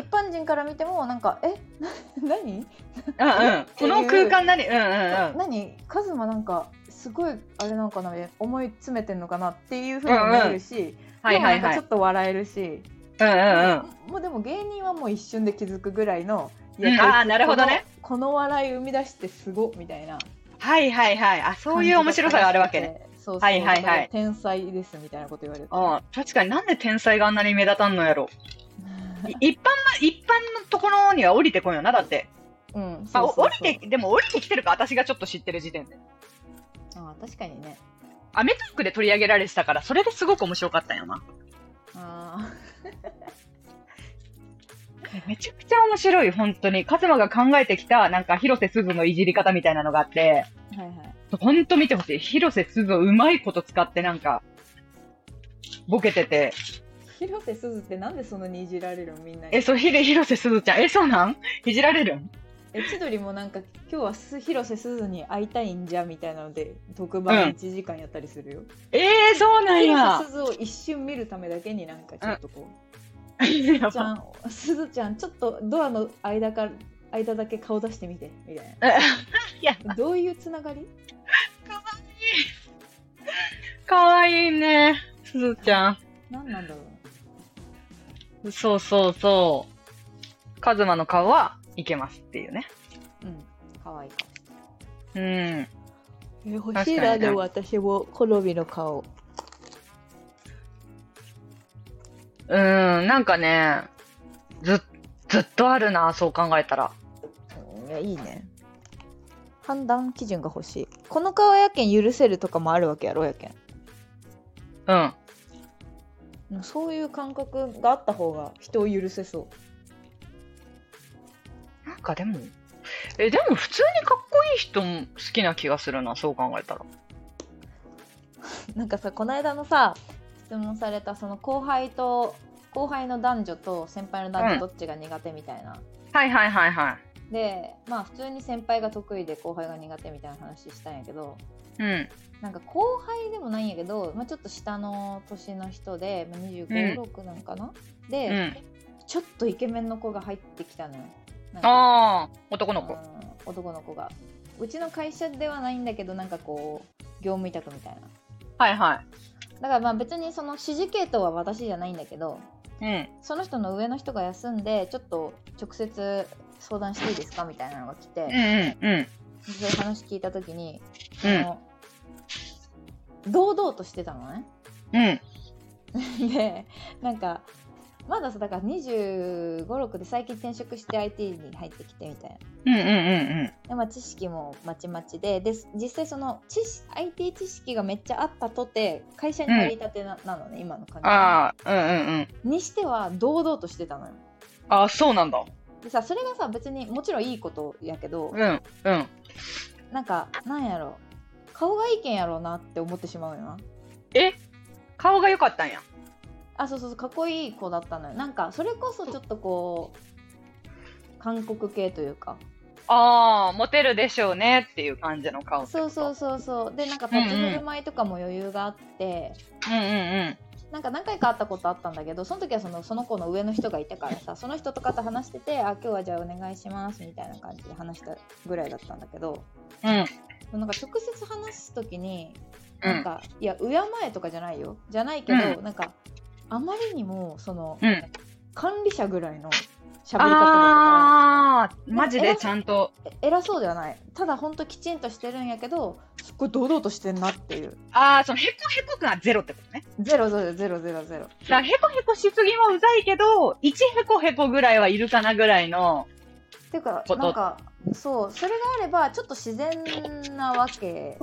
[SPEAKER 2] 一般人から見てもなんかえ <laughs> な何、
[SPEAKER 1] うんうん。うんうん。この空間何うんうんうん。
[SPEAKER 2] 何カズマなんかすごいあれなんかな思い詰めてんのかなっていうふうにも見えるし、
[SPEAKER 1] はいはい
[SPEAKER 2] でもなん
[SPEAKER 1] は
[SPEAKER 2] か
[SPEAKER 1] い
[SPEAKER 2] ちょ。っと笑えるし、
[SPEAKER 1] うんうんうん。
[SPEAKER 2] もうでも芸人はもう一瞬で気づくぐらいの、い
[SPEAKER 1] うん
[SPEAKER 2] やこいつ
[SPEAKER 1] あーなるほどね
[SPEAKER 2] このこの笑い生み出してすごっみたいな
[SPEAKER 1] はいはいはい。あ、そういう面白さがあるわけね。
[SPEAKER 2] そうそう
[SPEAKER 1] はいはいはい
[SPEAKER 2] 天才ですみたいなこと言われて
[SPEAKER 1] うん。確かになんで天才があんなに目立たんのやろ。い一般の、一般のところには降りてこんよな、だって。
[SPEAKER 2] うんそ
[SPEAKER 1] あ、
[SPEAKER 2] うそうそう
[SPEAKER 1] お降りて、でも降りてきてるか、私がちょっと知ってる時点で。
[SPEAKER 2] あー確かにね
[SPEAKER 1] アメトークで取り上げられてたから、それですごく面白かったんよな。
[SPEAKER 2] あ
[SPEAKER 1] めちゃくちゃ面白い、本当に。カズマが考えてきた、なんか、広瀬すずのいじり方みたいなのがあって、
[SPEAKER 2] ー <laughs> はいはい
[SPEAKER 1] 本当見てほしい。広瀬すずをうまいこと使って、なんか、ボケてて。
[SPEAKER 2] 広瀬すずってなんでそんなにいじられるのみんなに
[SPEAKER 1] え、そう、ひで、広瀬すずちゃん。え、そうなん <laughs> いじられるん
[SPEAKER 2] え千鳥もなんか今日はす広瀬すずに会いたいんじゃみたいなので特番
[SPEAKER 1] うん
[SPEAKER 2] 1時間やったりするよ、
[SPEAKER 1] えー、そうなんや
[SPEAKER 2] 広瀬。すずを一瞬見るためだけになんかちょっとこう、
[SPEAKER 1] や
[SPEAKER 2] ちゃんすずちゃんちょっとドアの間から間だけ顔出してみてみたい
[SPEAKER 1] ばいや、
[SPEAKER 2] などういうつながり
[SPEAKER 1] <laughs> かわいいね。すずちゃん。
[SPEAKER 2] 何なんだろう
[SPEAKER 1] そうそうそう。カズマの顔はいけますっていうね。
[SPEAKER 2] うん、可愛いか
[SPEAKER 1] うん。
[SPEAKER 2] え欲
[SPEAKER 1] 確
[SPEAKER 2] しい
[SPEAKER 1] か
[SPEAKER 2] な
[SPEAKER 1] にな
[SPEAKER 2] でも私も好みの顔
[SPEAKER 1] うん、なんかね、ず、ずっとあるな、そう考えたら。
[SPEAKER 2] いやいいね判断基準が欲しいこの顔やけん許せるとかもあるわけやろやけん
[SPEAKER 1] うん。
[SPEAKER 2] もうそういう感覚があった方が人を許せそ
[SPEAKER 1] なんかでも、え、でも普通にかっこいい人も好きな気がするな、そう考えたら。
[SPEAKER 2] うなんかさこの間のさ質問されたその後輩と後輩の男女と先輩の男
[SPEAKER 1] うん
[SPEAKER 2] 女どっちが苦手みたいな、
[SPEAKER 1] はいはいはいは
[SPEAKER 2] でまあ普通に先輩が得意で後輩が苦手みたいな話したんやけど
[SPEAKER 1] い。うん。
[SPEAKER 2] なんか後輩でもないんやけど、まあ、ちょっと下の年の人で2 5 6なんかな、で、
[SPEAKER 1] うん。
[SPEAKER 2] ちょっとイケメンの子が入ってきたのよなんか
[SPEAKER 1] ああ、男の子。
[SPEAKER 2] うん男の子がうちの会社ではないんだけどなんかこう業務委託みたいな
[SPEAKER 1] はいは
[SPEAKER 2] だからまあ別にその指示系統は私じゃないんだけど
[SPEAKER 1] い。うん。
[SPEAKER 2] その人の上の人が休んでちょっと直接相談していいですかみたいなのが来て、
[SPEAKER 1] うんうんうん。
[SPEAKER 2] そういう話聞いた時に、
[SPEAKER 1] う
[SPEAKER 2] あ
[SPEAKER 1] ん
[SPEAKER 2] の堂々としてたのね <laughs>
[SPEAKER 1] うん。
[SPEAKER 2] でなんかまださだから2 5 6で最近転職して IT に入ってきてみたいな
[SPEAKER 1] うんうんうん
[SPEAKER 2] でまあ、知識もまちまちでで実際その知識 IT 知識がめっちゃあったとて会社に入りたてな,、なのね今の
[SPEAKER 1] うん。
[SPEAKER 2] 感
[SPEAKER 1] ああ、うんうんうん。
[SPEAKER 2] じにしては堂々としてたのよ
[SPEAKER 1] ああ、そうなんだ。
[SPEAKER 2] でさそれがさ別にもちろんいいことやけど
[SPEAKER 1] うんうん。
[SPEAKER 2] なんかなんやろ顔がいいけんやろうなって思ってしまうよな
[SPEAKER 1] え顔が良かったんや。
[SPEAKER 2] あそうそうそうかっこいい子だったのよなんかそれこそちょっとこう韓国系というか
[SPEAKER 1] ああ、モテるでしょうねっていう感じの顔ってこ
[SPEAKER 2] そ
[SPEAKER 1] と
[SPEAKER 2] うそうそうそうでなんか立ち振る舞いとかも余裕があって、
[SPEAKER 1] うんうんうん。
[SPEAKER 2] なんか何回か会ったことあったんだけどその時はそのその子の上の人がいたからさその人とかと話してて「あ今日はじゃあお願いします」みたいな感じで話したぐらいだったんだけど
[SPEAKER 1] うん
[SPEAKER 2] なんか直接話す時に
[SPEAKER 1] う
[SPEAKER 2] なん
[SPEAKER 1] ん
[SPEAKER 2] か、いや敬えとかじゃないよじゃないけど、
[SPEAKER 1] う
[SPEAKER 2] なんかあまりにもその、
[SPEAKER 1] うん
[SPEAKER 2] 管理者ぐらいの喋り方だったか
[SPEAKER 1] ああ、マジでちゃんと。
[SPEAKER 2] らえ偉そうではないただほんときちんとしてるんやけどすっごい堂々としてんなっていう
[SPEAKER 1] ああ、そのへこへこがゼロってことね。
[SPEAKER 2] ゼロゼロゼロゼロゼロ
[SPEAKER 1] だからへこへこしすぎもうざいけど、1へこへこぐらいはいるかなぐらいの。
[SPEAKER 2] ていうか
[SPEAKER 1] こと
[SPEAKER 2] なんかそうそれがあればちょっと自然なわけ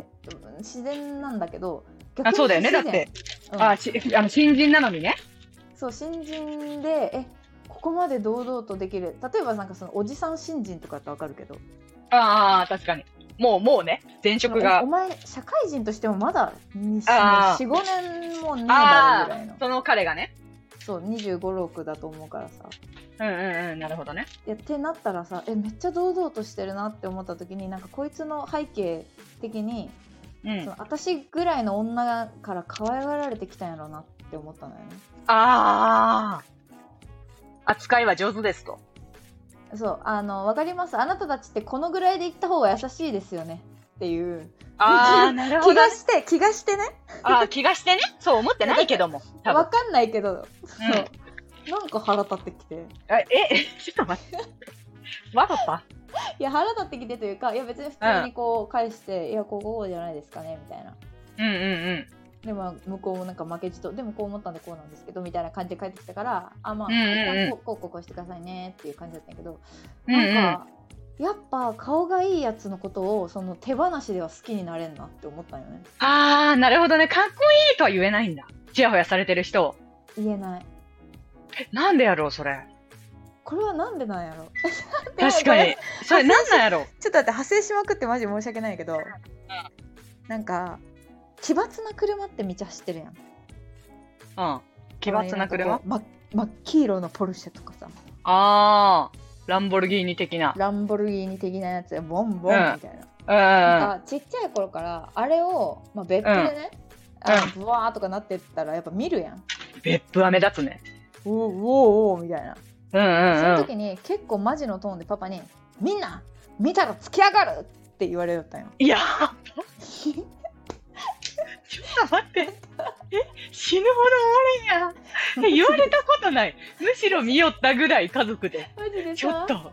[SPEAKER 2] 自然なんだけど逆
[SPEAKER 1] あそうだよね。だっ
[SPEAKER 2] 不
[SPEAKER 1] て、
[SPEAKER 2] 自然
[SPEAKER 1] あーしあの新人なのにね。
[SPEAKER 2] うんそう新人でえここまで堂々とできる例えばなんかそのおじさん新人とかってわかるけど
[SPEAKER 1] ああ、確かに。もう、もうね、前職
[SPEAKER 2] お
[SPEAKER 1] が
[SPEAKER 2] お。前社会人としてもまだ45
[SPEAKER 1] あー
[SPEAKER 2] 年もねえだろう
[SPEAKER 1] あ
[SPEAKER 2] ぐらいの
[SPEAKER 1] あ、その彼がね。
[SPEAKER 2] そう2 5 6だと思うからさ
[SPEAKER 1] うんうんうん、なるほどね。
[SPEAKER 2] いやってなったらさえめっちゃ堂々としてるなって思った時になんかこいつの背景的に
[SPEAKER 1] うん
[SPEAKER 2] そ。の私ぐらいの女から可愛がられてきたんやろうなって思ったのよね
[SPEAKER 1] ああ。扱いは上手ですと。
[SPEAKER 2] そうあの分かりますあなたたちってこのぐらいで行った方が優しいですよねっていう
[SPEAKER 1] <laughs> ああ、なるほ
[SPEAKER 2] 気
[SPEAKER 1] ど
[SPEAKER 2] が
[SPEAKER 1] ね。
[SPEAKER 2] して気がしてね
[SPEAKER 1] ああ、気がしてね。そう思ってないけども。多
[SPEAKER 2] 分
[SPEAKER 1] 分。
[SPEAKER 2] かんないけど、
[SPEAKER 1] うん
[SPEAKER 2] そうなんか腹立ってきて
[SPEAKER 1] あえ、ちょっと待って。わかった
[SPEAKER 2] いや腹立ってきてというかいや別に普通にこう返して「いやこうこうじゃないですかね」みたいな
[SPEAKER 1] うんうんうん。
[SPEAKER 2] でも向こうもなんか負けじとでもこう思ったんでこうなんですけどみたいな感じで返ってきたからあまあ、
[SPEAKER 1] うんうんうん
[SPEAKER 2] こうこうこうこうしてくださいねっていう感じだったんやけど
[SPEAKER 1] うん
[SPEAKER 2] な
[SPEAKER 1] うんん。
[SPEAKER 2] か、やっぱ顔がいいやつのことをその手放しでは好きになれんなって思ったんよね
[SPEAKER 1] ああ、なるほどね。かっこいいとは言えないんだ。ちやほやされてる人を。
[SPEAKER 2] 言えない
[SPEAKER 1] なんでやろう、それ。
[SPEAKER 2] これはなんでなんやろでも
[SPEAKER 1] <laughs> 確かに
[SPEAKER 2] こ。
[SPEAKER 1] それなんなんやろう。
[SPEAKER 2] ちょっと待って派生しまくってマジ申し訳ないけどなんか奇抜な車って道走ってるやん
[SPEAKER 1] うん。奇抜な車
[SPEAKER 2] こう真っ真っ黄色のポルシェとかさ
[SPEAKER 1] ああ、ランボルギーニ的な。
[SPEAKER 2] ランボルギーニ的なやつボンボ
[SPEAKER 1] うん
[SPEAKER 2] ンみたいな,、
[SPEAKER 1] うんうんうん。
[SPEAKER 2] なんかちっちゃい頃からあれを、まあ、別府でね、
[SPEAKER 1] うん
[SPEAKER 2] あのブワーとかなってったらやっぱ見るやん
[SPEAKER 1] 別府は目立つね。
[SPEAKER 2] おおおおみたいな
[SPEAKER 1] うんうん
[SPEAKER 2] その
[SPEAKER 1] うん。
[SPEAKER 2] 時に結構マジのトーンでパパに「みんな見たらつき上がる!」って言われよったんよ。
[SPEAKER 1] いやー、ちょっと待って。え死ぬほどおもれんやん。え言われたことない。むしろ見よったぐらい家族で。
[SPEAKER 2] マジで
[SPEAKER 1] ちょっと。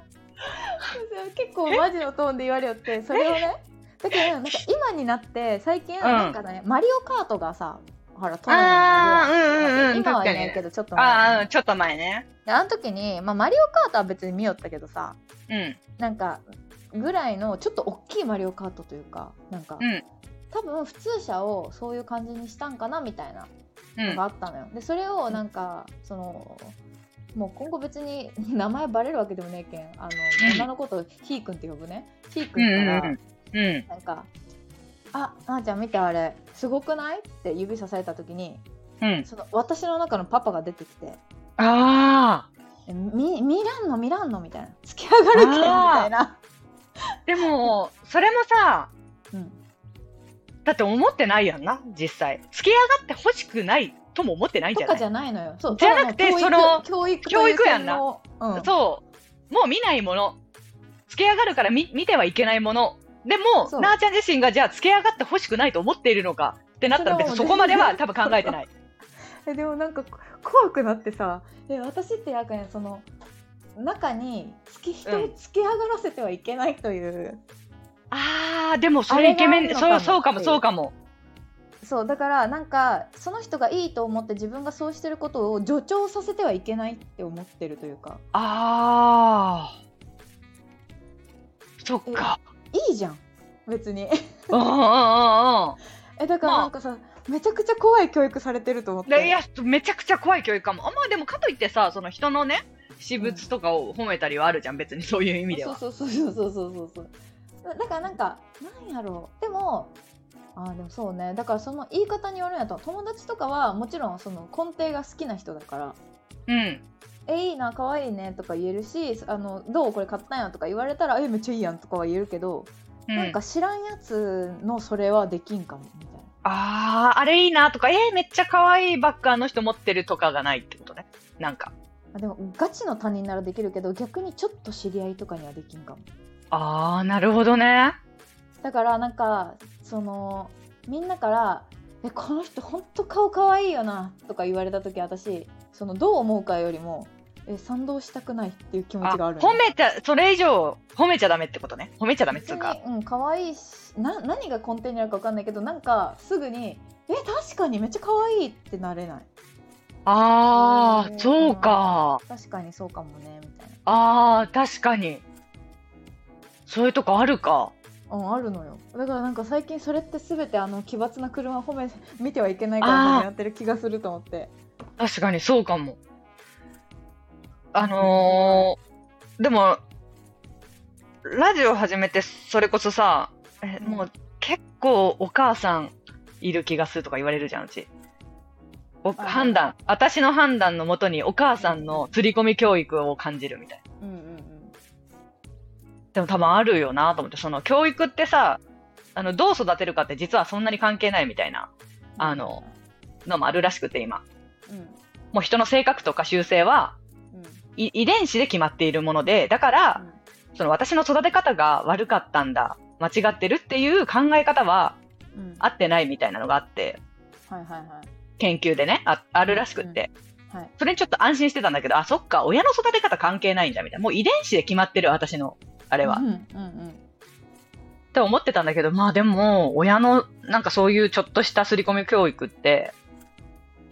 [SPEAKER 2] 結構マジのトーンで言われよってそれをねだけどなんか今になって最近
[SPEAKER 1] ん
[SPEAKER 2] なんかね、マリオカートがさほらトーン
[SPEAKER 1] あーうんうんうん
[SPEAKER 2] 今
[SPEAKER 1] 確か
[SPEAKER 2] はいな
[SPEAKER 1] に
[SPEAKER 2] い
[SPEAKER 1] ね
[SPEAKER 2] けどちょっと前
[SPEAKER 1] ああ、ちょっと前ね。
[SPEAKER 2] であの時に、まあ、マリオカートは別に見よったけどさ
[SPEAKER 1] うん。
[SPEAKER 2] なんかぐらいのちょっと大きいマリオカートというかなんか、
[SPEAKER 1] うん
[SPEAKER 2] 多分普通車をそういう感じにしたんかなみたいな
[SPEAKER 1] うん。
[SPEAKER 2] のがあったのよ。でそれをなんかそのもう今後別に <laughs> 名前バレるわけでもねえけんあ
[SPEAKER 1] うん
[SPEAKER 2] の女のことをひーくんって呼ぶねひーく
[SPEAKER 1] うんん
[SPEAKER 2] か
[SPEAKER 1] う
[SPEAKER 2] ら、
[SPEAKER 1] んうん。うん。
[SPEAKER 2] なんか「あなあちゃん見てあれすごくない?」って指さされた時に
[SPEAKER 1] うん。
[SPEAKER 2] その私の中のパパが出てきて
[SPEAKER 1] あ
[SPEAKER 2] 「えみ見らんの見らんの」みたいな「つき上がるけん」みたいな。
[SPEAKER 1] あ。でも、それもさ、
[SPEAKER 2] うん
[SPEAKER 1] だって思ってないやんな、実際。付き上がってほしくないとも思ってないん
[SPEAKER 2] と
[SPEAKER 1] じゃな
[SPEAKER 2] か
[SPEAKER 1] い
[SPEAKER 2] じゃないのよ。そう
[SPEAKER 1] じゃなくて
[SPEAKER 2] ただ
[SPEAKER 1] その
[SPEAKER 2] 教育
[SPEAKER 1] 教育やんな
[SPEAKER 2] という専門
[SPEAKER 1] そう。もう見ないもの。付け上がるから見見てはいけないもの。で
[SPEAKER 2] そ
[SPEAKER 1] も、
[SPEAKER 2] う
[SPEAKER 1] なあちゃん自身がじゃあ付け上がってほしくないと思っているのかってなったら別にそ
[SPEAKER 2] それ
[SPEAKER 1] こ
[SPEAKER 2] はもう
[SPEAKER 1] まで
[SPEAKER 2] <laughs>
[SPEAKER 1] は多分考えてない。
[SPEAKER 2] うんえでもなんかこ怖くなってさえ私ってやかんその中につき人をつき上がらせてはいけないという、
[SPEAKER 1] ああ、でもそれイケメ
[SPEAKER 2] あれ
[SPEAKER 1] ン、
[SPEAKER 2] がある
[SPEAKER 1] そ
[SPEAKER 2] の
[SPEAKER 1] うそう
[SPEAKER 2] か
[SPEAKER 1] かも
[SPEAKER 2] もっていう
[SPEAKER 1] そうかも。
[SPEAKER 2] そうだからなんかその人がいいと思って自分がそうしてることを助長させてはいけないって思ってるというか
[SPEAKER 1] ああ。そっか。
[SPEAKER 2] いいじゃん別に
[SPEAKER 1] うんうんうんうん。
[SPEAKER 2] えだからなんかさ、めちゃくちゃ怖い教育されてると思っ
[SPEAKER 1] でい
[SPEAKER 2] て
[SPEAKER 1] やめちゃくちゃ怖い教育かもあまあでもかといってさその人のね私物とかを褒めたりはあるじゃん別にそういう意味では
[SPEAKER 2] そうそうそうそうそうそうそうだだからなんかなんやろうでもあーでもそうねだからその言い方によるんやと友達とかはもちろんその根底が好きな人だから
[SPEAKER 1] うん
[SPEAKER 2] 「えいいな可愛いね」とか言えるし「あのどうこれ買ったんや」とか言われたら「えめっちゃいいやん」とかは言えるけど、
[SPEAKER 1] うん
[SPEAKER 2] なんか知らんやつのそれはできんかもみたいな
[SPEAKER 1] あああれいいなとかえー、めっちゃ可愛いバッグあの人持ってるとかがないってことねなんか
[SPEAKER 2] あでもガチの他人ならできるけど逆にちょっと知り合いとかにはできんかも
[SPEAKER 1] ああなるほどね
[SPEAKER 2] だからなんかそのみんなから「えこの人ほんと顔かわいいよな」とか言われた時私そのどう思うかよりもえ賛同したくないっていう気持
[SPEAKER 1] あ
[SPEAKER 2] ちがある
[SPEAKER 1] 褒めたそれ以上褒めちゃダメってことね褒めちゃダメって
[SPEAKER 2] 別
[SPEAKER 1] いう
[SPEAKER 2] に
[SPEAKER 1] か
[SPEAKER 2] うん可愛いしな何が根底にあるか分かんないけどなんかすぐに「え確かにめっちゃ可愛いってなれない
[SPEAKER 1] ああ
[SPEAKER 2] うん
[SPEAKER 1] そうか
[SPEAKER 2] 確かにそうかもねみたい
[SPEAKER 1] ああ確かにそういうとこあるか
[SPEAKER 2] なうんあるのよだからなんか最近それって全てあの奇抜な車褒め見てはいけないから
[SPEAKER 1] あー
[SPEAKER 2] やってる気がすると思って
[SPEAKER 1] 確かにそうかも。あのー、でも、ラジオ始めて、それこそさ、えもう結構お母さんいる気がするとか言われるじゃん、うち。お
[SPEAKER 2] あー
[SPEAKER 1] 判断、私の判断のもとにお母さんの釣り込み教育を感じるみたいな。
[SPEAKER 2] うんうんうん
[SPEAKER 1] でも多分あるよなと思って、その教育ってさ、あの、どう育てるかって実はそんなに関係ないみたいなあののもあるらしくて今。
[SPEAKER 2] うん
[SPEAKER 1] もう人の性格とか習性は
[SPEAKER 2] うん
[SPEAKER 1] い遺伝子で決まっているものでだからその私の育て方が悪かったんだ間違ってるっていう考え方は
[SPEAKER 2] うんうん
[SPEAKER 1] 合ってないみたいなのがあって
[SPEAKER 2] はいはいは
[SPEAKER 1] 研究でねああるらしくって、
[SPEAKER 2] うんはい
[SPEAKER 1] それにちょっと安心してたんだけどあそっか親の育て方関係ないんだみたいなもう遺伝子で決まってる私のあれ
[SPEAKER 2] い。
[SPEAKER 1] は、
[SPEAKER 2] うん
[SPEAKER 1] っ
[SPEAKER 2] うんうん。
[SPEAKER 1] て思ってたんだけどまあでも親のなんかそういうちょっとした刷り込み教育って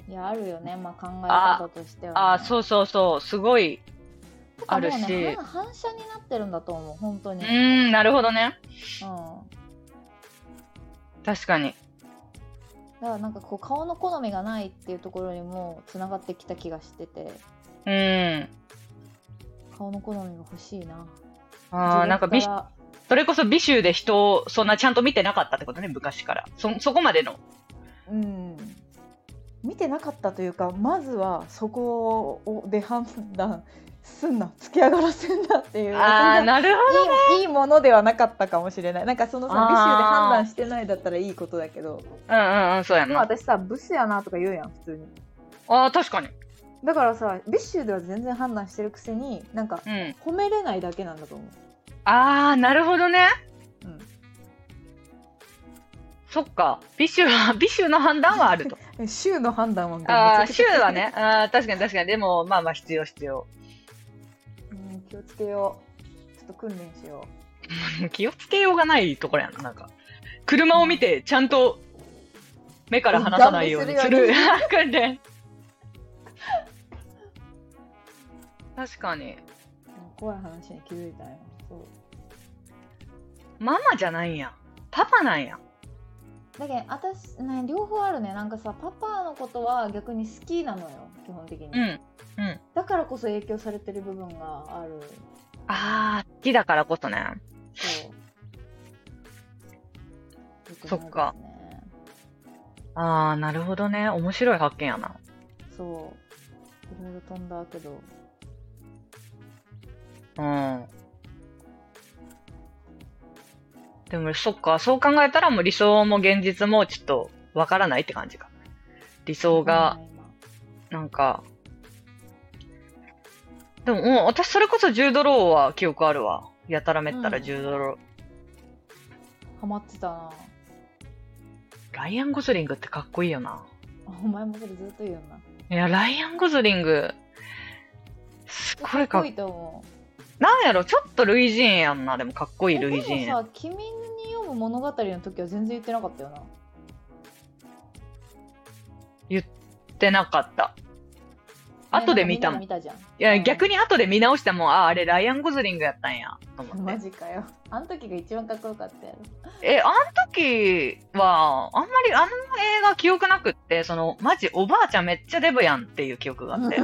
[SPEAKER 2] いやあるよね、まあ考
[SPEAKER 1] あ
[SPEAKER 2] え方としては、ね。
[SPEAKER 1] ああそうそうそうすごい
[SPEAKER 2] とかもうね
[SPEAKER 1] あるし
[SPEAKER 2] 反反射になってるんだと思う、本当
[SPEAKER 1] う
[SPEAKER 2] に。
[SPEAKER 1] ーんなるほどね
[SPEAKER 2] うん。
[SPEAKER 1] 確かに
[SPEAKER 2] だからなんかこう顔の好みがないっていうところにもつながってきた気がしてて、
[SPEAKER 1] うん
[SPEAKER 2] 顔の好みが欲しいな。
[SPEAKER 1] ああなんか
[SPEAKER 2] 自
[SPEAKER 1] ビ
[SPEAKER 2] 分ら
[SPEAKER 1] それこそ美醜で人をそんなちゃんと見てなかったってことね、昔から。そ、そこまでの。
[SPEAKER 2] うん。見てなかったというか、まずはそこをで判断すんな、突き上がらせんなっていう。
[SPEAKER 1] ああ、なるほ
[SPEAKER 2] いいいいものではなかったかもしれないなんかそのさ
[SPEAKER 1] あー
[SPEAKER 2] 美酒で判断してないだったらいいことだけ
[SPEAKER 1] ど。
[SPEAKER 2] ど
[SPEAKER 1] うんうんうん、そうや
[SPEAKER 2] でも
[SPEAKER 1] な。
[SPEAKER 2] 私さブスやなとか言うやん普通に
[SPEAKER 1] ああ、確かに。
[SPEAKER 2] だからさビッシュでは全然判断してるくせになんか
[SPEAKER 1] うん。
[SPEAKER 2] 褒めれないだけなんだと思
[SPEAKER 1] ああ、なるほどね。
[SPEAKER 2] う、うん、
[SPEAKER 1] そっか。美醜は、 <laughs> 美醜の判断はあ <laughs> ると。
[SPEAKER 2] えシューの判断はめち
[SPEAKER 1] あ
[SPEAKER 2] ゃ
[SPEAKER 1] あ、
[SPEAKER 2] く
[SPEAKER 1] 衆
[SPEAKER 2] ちゃ
[SPEAKER 1] はね。ああ、確かに確かに。でも、まあまあ、必要必要。
[SPEAKER 2] <laughs>
[SPEAKER 1] <laughs>
[SPEAKER 2] うん気をつけようちょっと訓練しよ
[SPEAKER 1] 気をつけようがないところやな、なんか。車を見て、ちゃんと、目から離さないようにする
[SPEAKER 2] ガン見するよう
[SPEAKER 1] <laughs>
[SPEAKER 2] に。
[SPEAKER 1] 訓練。確かに。
[SPEAKER 2] う怖い話に気づいたよそう
[SPEAKER 1] ママじゃないんや。パパなんや。
[SPEAKER 2] だけど私、ね、両方あるねなんかさパパのことは逆に好きなのよ基本的に、
[SPEAKER 1] うん。うん。
[SPEAKER 2] だからこそ影響されてる部分がある
[SPEAKER 1] ああ、好きだからこそね。
[SPEAKER 2] そう
[SPEAKER 1] そっかああ、なるほどね。面白い発見やな。
[SPEAKER 2] そういろいろ飛んだけど
[SPEAKER 1] うん。でも、そっか。そう考えたらもう理想も現実もちょっとわからないって感じか。理想が、なんか、でも、もう私それこそ10ドローは記憶あるわ。やたらめったら
[SPEAKER 2] うん
[SPEAKER 1] 10ドロー。
[SPEAKER 2] ハマってたな
[SPEAKER 1] ライアン・ゴズリングってかっこいいよな。
[SPEAKER 2] あお前もそれずっと言うよない
[SPEAKER 1] や、ライアン・ゴズリング、すごいかっ
[SPEAKER 2] っこいいと思う
[SPEAKER 1] なんやろ、ちょっと類人やんな。でもかっこいい
[SPEAKER 2] えで
[SPEAKER 1] 類
[SPEAKER 2] も
[SPEAKER 1] 人や。
[SPEAKER 2] さ君に読む物語の時は全然言ってなかったよな
[SPEAKER 1] ってなかった。後で見たもん
[SPEAKER 2] ねなんかみんなで見たじゃん
[SPEAKER 1] いや、逆
[SPEAKER 2] に
[SPEAKER 1] に後で見直したもん、あ、あれ、ライアン・ゴズリングやったんや、と思っ
[SPEAKER 2] マ
[SPEAKER 1] て。
[SPEAKER 2] ジかよあの時が一番かっこよかったやろ
[SPEAKER 1] え、あの時は、あんまり、あの映画記憶なくって、その、マジ、おばあちゃんめっちゃデブやんっていう記憶があ
[SPEAKER 2] <laughs>
[SPEAKER 1] って。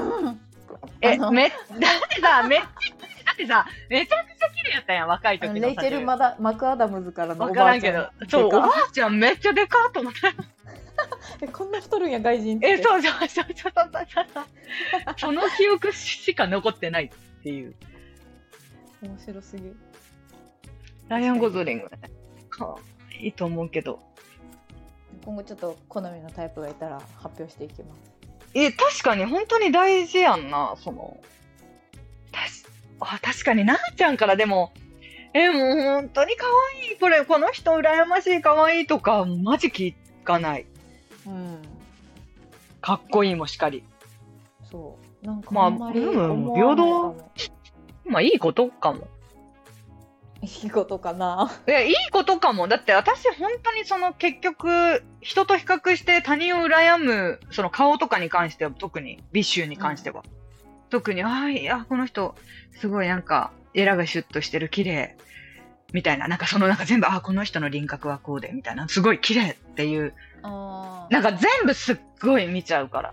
[SPEAKER 1] え、
[SPEAKER 2] あの
[SPEAKER 1] め、だってさ、めっちゃ、だってさ、めちゃくちゃ綺麗やったやん、若い時のさ
[SPEAKER 2] レイチェル・マダマクアダムズからの
[SPEAKER 1] わ
[SPEAKER 2] お
[SPEAKER 1] か
[SPEAKER 2] ば
[SPEAKER 1] ら
[SPEAKER 2] あ
[SPEAKER 1] ん
[SPEAKER 2] ちゃ
[SPEAKER 1] けど、
[SPEAKER 2] ん
[SPEAKER 1] そう、お
[SPEAKER 2] で
[SPEAKER 1] ば
[SPEAKER 2] か
[SPEAKER 1] あちゃんめっちゃでかっと思って。
[SPEAKER 2] えこんな太るんや外人って
[SPEAKER 1] え、そうそうそうそうそうそうそう。その記憶しか残ってないっていう。
[SPEAKER 2] 面白すぎ
[SPEAKER 1] ライアン・ゴズリングね。かいいと思うけど。
[SPEAKER 2] 今後ちょっと好みのタイプがいたら発表していきます
[SPEAKER 1] え、確かに本当に大事やんな、その。たしあ確かに、なーちゃんからでも、え、もう本当に可愛い、これ、この人羨ましい、可愛いとか、マジ聞かない。
[SPEAKER 2] うん
[SPEAKER 1] かっこいいもしかり。
[SPEAKER 2] そうなんか
[SPEAKER 1] まあ
[SPEAKER 2] あんまり
[SPEAKER 1] う
[SPEAKER 2] 思
[SPEAKER 1] ん
[SPEAKER 2] わないかも、
[SPEAKER 1] まあ、いいことかも。
[SPEAKER 2] <laughs> いいことかない
[SPEAKER 1] や、いいことかも。だって私、本当にその結局、人と比較して他人を羨む、その顔とかに関しては、特に、美醜に関しては。特に、ああ、いや、この人、すごいなんか、エラがシュッとしてる、綺麗。みたいな、なんかそのなんか全部、ああ、この人の輪郭はこうで、みたいな、すごい綺麗っていう、
[SPEAKER 2] あー
[SPEAKER 1] なんか全部すっごい見ちゃうから。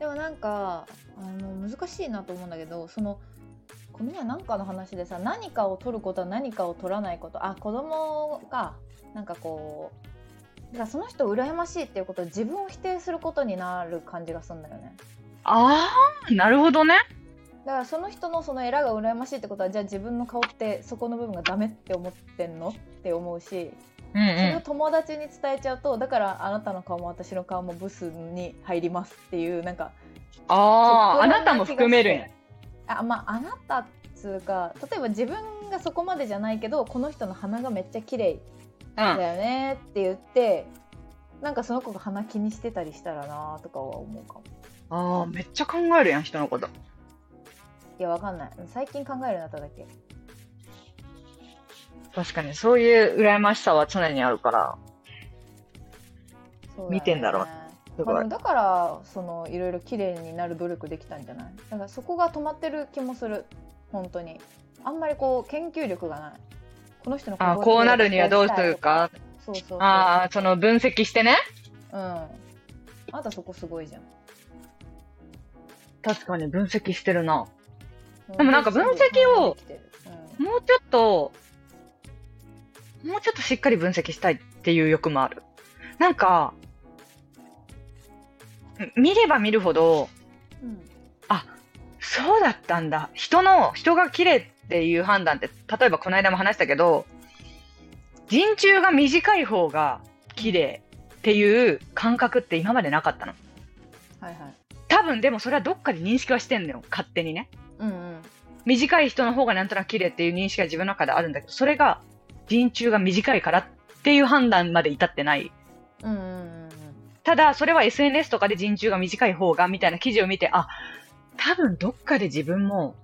[SPEAKER 2] でもなんかあの難しいなと思うんだけどそのこの前なんかの話でさ何かを取ることは何かを取らないことあ子供がなんかこうだからその人羨ましいっていうことを自分を否定することになる感じがするんだよね
[SPEAKER 1] ああ、なるほどね。
[SPEAKER 2] だからその人のそのエラが羨ましいってことはじゃあ自分の顔ってそこの部分がダメって思ってんのって思うし
[SPEAKER 1] うん
[SPEAKER 2] それを
[SPEAKER 1] う
[SPEAKER 2] 友達に伝えちゃうとだからあなたの顔も私の顔もブスに入りますっていうなんか
[SPEAKER 1] ん。ああ、あなたも含めるんや。
[SPEAKER 2] あまああなたっつうか例えば自分がそこまでじゃないけどこの人の鼻がめっちゃ綺麗
[SPEAKER 1] うん。
[SPEAKER 2] だよねって言って、なんかその子が鼻気にしてたりしたらなとかは思うかも
[SPEAKER 1] ああ、めっちゃ考えるやん、人のこと。
[SPEAKER 2] いやわかんない最近考えるようになっただけ
[SPEAKER 1] 確かにそういう羨ましさは常にあるから
[SPEAKER 2] そうよね
[SPEAKER 1] 見てんだろうす
[SPEAKER 2] まあ
[SPEAKER 1] ご
[SPEAKER 2] で
[SPEAKER 1] い
[SPEAKER 2] もだからそのいろいろ綺麗になる努力できたんじゃないだからそこが止まってる気もする本当にあんまりこう研究力がないこの人の
[SPEAKER 1] あーこうなるにはどうす
[SPEAKER 2] す
[SPEAKER 1] るか
[SPEAKER 2] そうそうそう
[SPEAKER 1] ああその分析してね
[SPEAKER 2] うんあなたそこすごいじゃん
[SPEAKER 1] 確かに分析してるな
[SPEAKER 2] で
[SPEAKER 1] でもなんか分析を、
[SPEAKER 2] うん
[SPEAKER 1] もうちょっともうちょっとしっかり分析したいっていう欲もあるなんかん見れば見るほど
[SPEAKER 2] うん
[SPEAKER 1] そうだったんだ人の人が綺麗っていう判断って例えばこの間も話したけど人中が短い方が綺麗っていう感覚って今までなかったの
[SPEAKER 2] はいはい
[SPEAKER 1] 多分でもそれはどっかで認識はしてんのよ勝手にね
[SPEAKER 2] うんうん
[SPEAKER 1] 短い人の方がなんとなく綺麗っていう認識は自分の中であるんだけどそれが人中が短いからっていう判断まで至ってない
[SPEAKER 2] うんうんうん
[SPEAKER 1] ただそれは SNS とかで人中が短い方がみたいな記事を見てあ多分どっかで自分も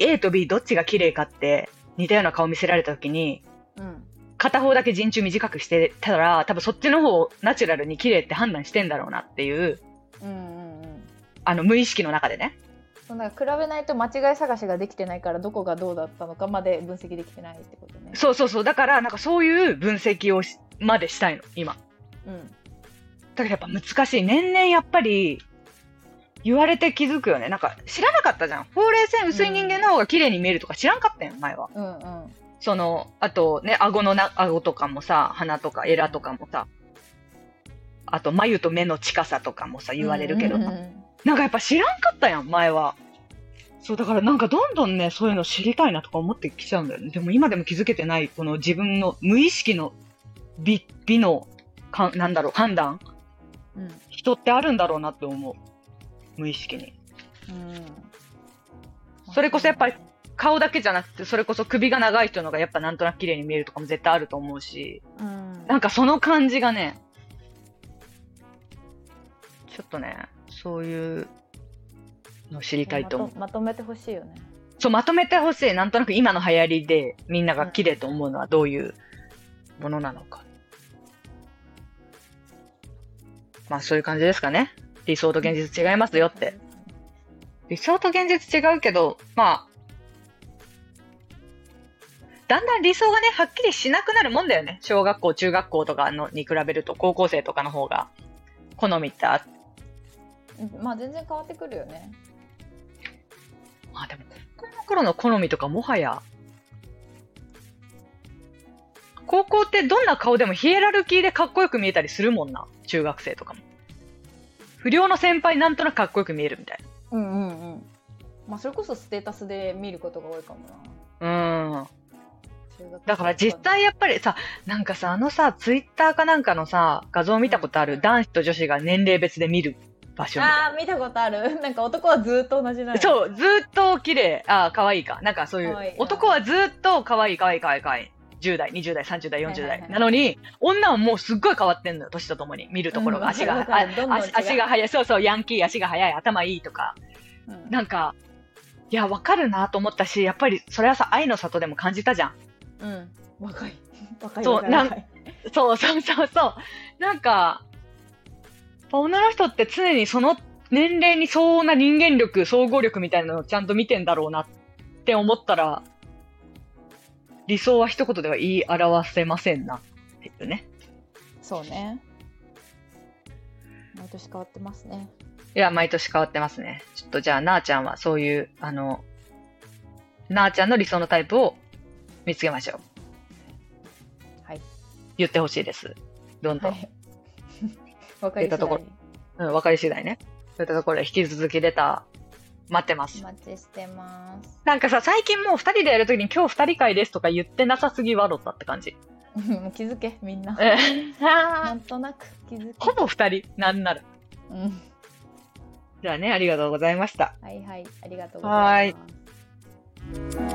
[SPEAKER 1] A と B どっちが綺麗かって似たような顔見せられた時に
[SPEAKER 2] うん
[SPEAKER 1] 片方だけ人中短くしてたら多分そっちの方をナチュラルに綺麗って判断してんだろうなっていう
[SPEAKER 2] うんうんうん
[SPEAKER 1] あの無意識の中でね
[SPEAKER 2] そうなんか比べないと間違い探しができてないからどこがどうだったのかまで分析できてないってことね。
[SPEAKER 1] そうそうそう。だから、なんかそういう分析をしまでしたいの、今。
[SPEAKER 2] うん、
[SPEAKER 1] だけどやっぱ難しい。年々やっぱり、言われて気づくよね。なんか知らなかったじゃん。ほうれい線薄い人間の方が綺麗に見えるとか知らんかったよ、前は。
[SPEAKER 2] うん、うん。
[SPEAKER 1] その、あとね、顎のな、顎とかもさ、鼻とかエラとかもさ、あと眉と目の近さとかもさ、言われるけど、
[SPEAKER 2] うんうんうん
[SPEAKER 1] なんかやっぱ知らんかったやん、前は。そう、だからなんかどんどんね、そういうの知りたいなとか思ってきちゃうんだよね。でも今でも気づけてない、この自分の無意識の美、美の、かなんだろう、判断
[SPEAKER 2] うん、
[SPEAKER 1] 人ってあるんだろうなって思う。無意識に。
[SPEAKER 2] うん
[SPEAKER 1] それこそやっぱり、顔だけじゃなくて、それこそ首が長い人のがやっぱなんとなく綺麗に見えるとかも絶対あると思うし、
[SPEAKER 2] うん、
[SPEAKER 1] なんかその感じがね、ちょっとね、そういうの知りたいと思う
[SPEAKER 2] ま。とまとめてほしいよね。
[SPEAKER 1] そう、まとめてほしい。なんとなく今の流行りでみんなが綺麗と思うのはどういうものなのか。まあそういう感じですかね。理想と現実違いますよって。。理想と現実違うけど、まあ、だんだん理想がね、はっきりしなくなるもんだよね。小学校、中学校とかのに比べると、高校生とかの方が好みってあ
[SPEAKER 2] うんまあ全然変わってくるよね。
[SPEAKER 1] まあでも、高校の頃の好みとかもはや、高校ってどんな顔でもヒエラルキーでかっこよく見えたりするもんな。中学生とかも。不良の先輩なんとなくかっこよく見えるみたい
[SPEAKER 2] うんうんうん。まあそれこそステータスで見ることが多いかもな。
[SPEAKER 1] な。うん。
[SPEAKER 2] 中学
[SPEAKER 1] だから実際やっぱりさ、なんかさ、あのさ、ツイッターかなんかのさ、画像見たことある男子と女子が年齢別で見る場所みたいな
[SPEAKER 2] ああ見たことある。 <laughs> なんか男はずっと同じなの。
[SPEAKER 1] そう、ずーっと綺麗。ああ、可愛いか。なんかそうい
[SPEAKER 2] 可愛
[SPEAKER 1] う
[SPEAKER 2] い、
[SPEAKER 1] 男はずーっと可愛い、可愛い、可愛い、可愛い。10代、20代、30代、40
[SPEAKER 2] はいはい
[SPEAKER 1] 代
[SPEAKER 2] は。い
[SPEAKER 1] なのに、女はもうすっごい変わってんのよ、年とともに。見るところ
[SPEAKER 2] う
[SPEAKER 1] が、
[SPEAKER 2] ん
[SPEAKER 1] 足
[SPEAKER 2] わ
[SPEAKER 1] が、
[SPEAKER 2] か
[SPEAKER 1] あ
[SPEAKER 2] るどんどん違う
[SPEAKER 1] 足足が速い、そうそう、ヤンキー、足が速い、頭いいとか。
[SPEAKER 2] うん。
[SPEAKER 1] なんか、いや、わかるなと思ったし、やっぱり、それはさ、愛の里でも感じたじゃん。
[SPEAKER 2] うん。若い。 <laughs> 若い。
[SPEAKER 1] そう
[SPEAKER 2] 若い
[SPEAKER 1] なん
[SPEAKER 2] 若い
[SPEAKER 1] そうそうそうそう。なんか、やっぱ女の人って常にその年齢に相応な人間力、総合力みたいなのをちゃんと見てんだろうなって思ったら、理想は一言では言い表せませんなっていうね。
[SPEAKER 2] そうね。毎年変わってますね。
[SPEAKER 1] いや、毎年変わってますね。ちょっとじゃあ、なあちゃんはそういう、あの、なあちゃんの理想のタイプを見つけましょう。
[SPEAKER 2] はい。
[SPEAKER 1] 言ってほしいです。どんどん。
[SPEAKER 2] はい。わかり
[SPEAKER 1] 出たと
[SPEAKER 2] <laughs>
[SPEAKER 1] ころうん、分かり次第ね。そういったところで引き続きレター、待ってます
[SPEAKER 2] 次。第お待ちしてます。 <laughs>
[SPEAKER 1] なんかさ、最近もう二人でやるときに今日二人会ですとか言ってなさすぎ笑ったって感じ。
[SPEAKER 2] もう気づけみんな。なんとなく気づけ
[SPEAKER 1] ほ。ぼ二人、なんなら。
[SPEAKER 2] うん。
[SPEAKER 1] じゃあね、ありがとうございました。
[SPEAKER 2] はいはい。ありがとうございます。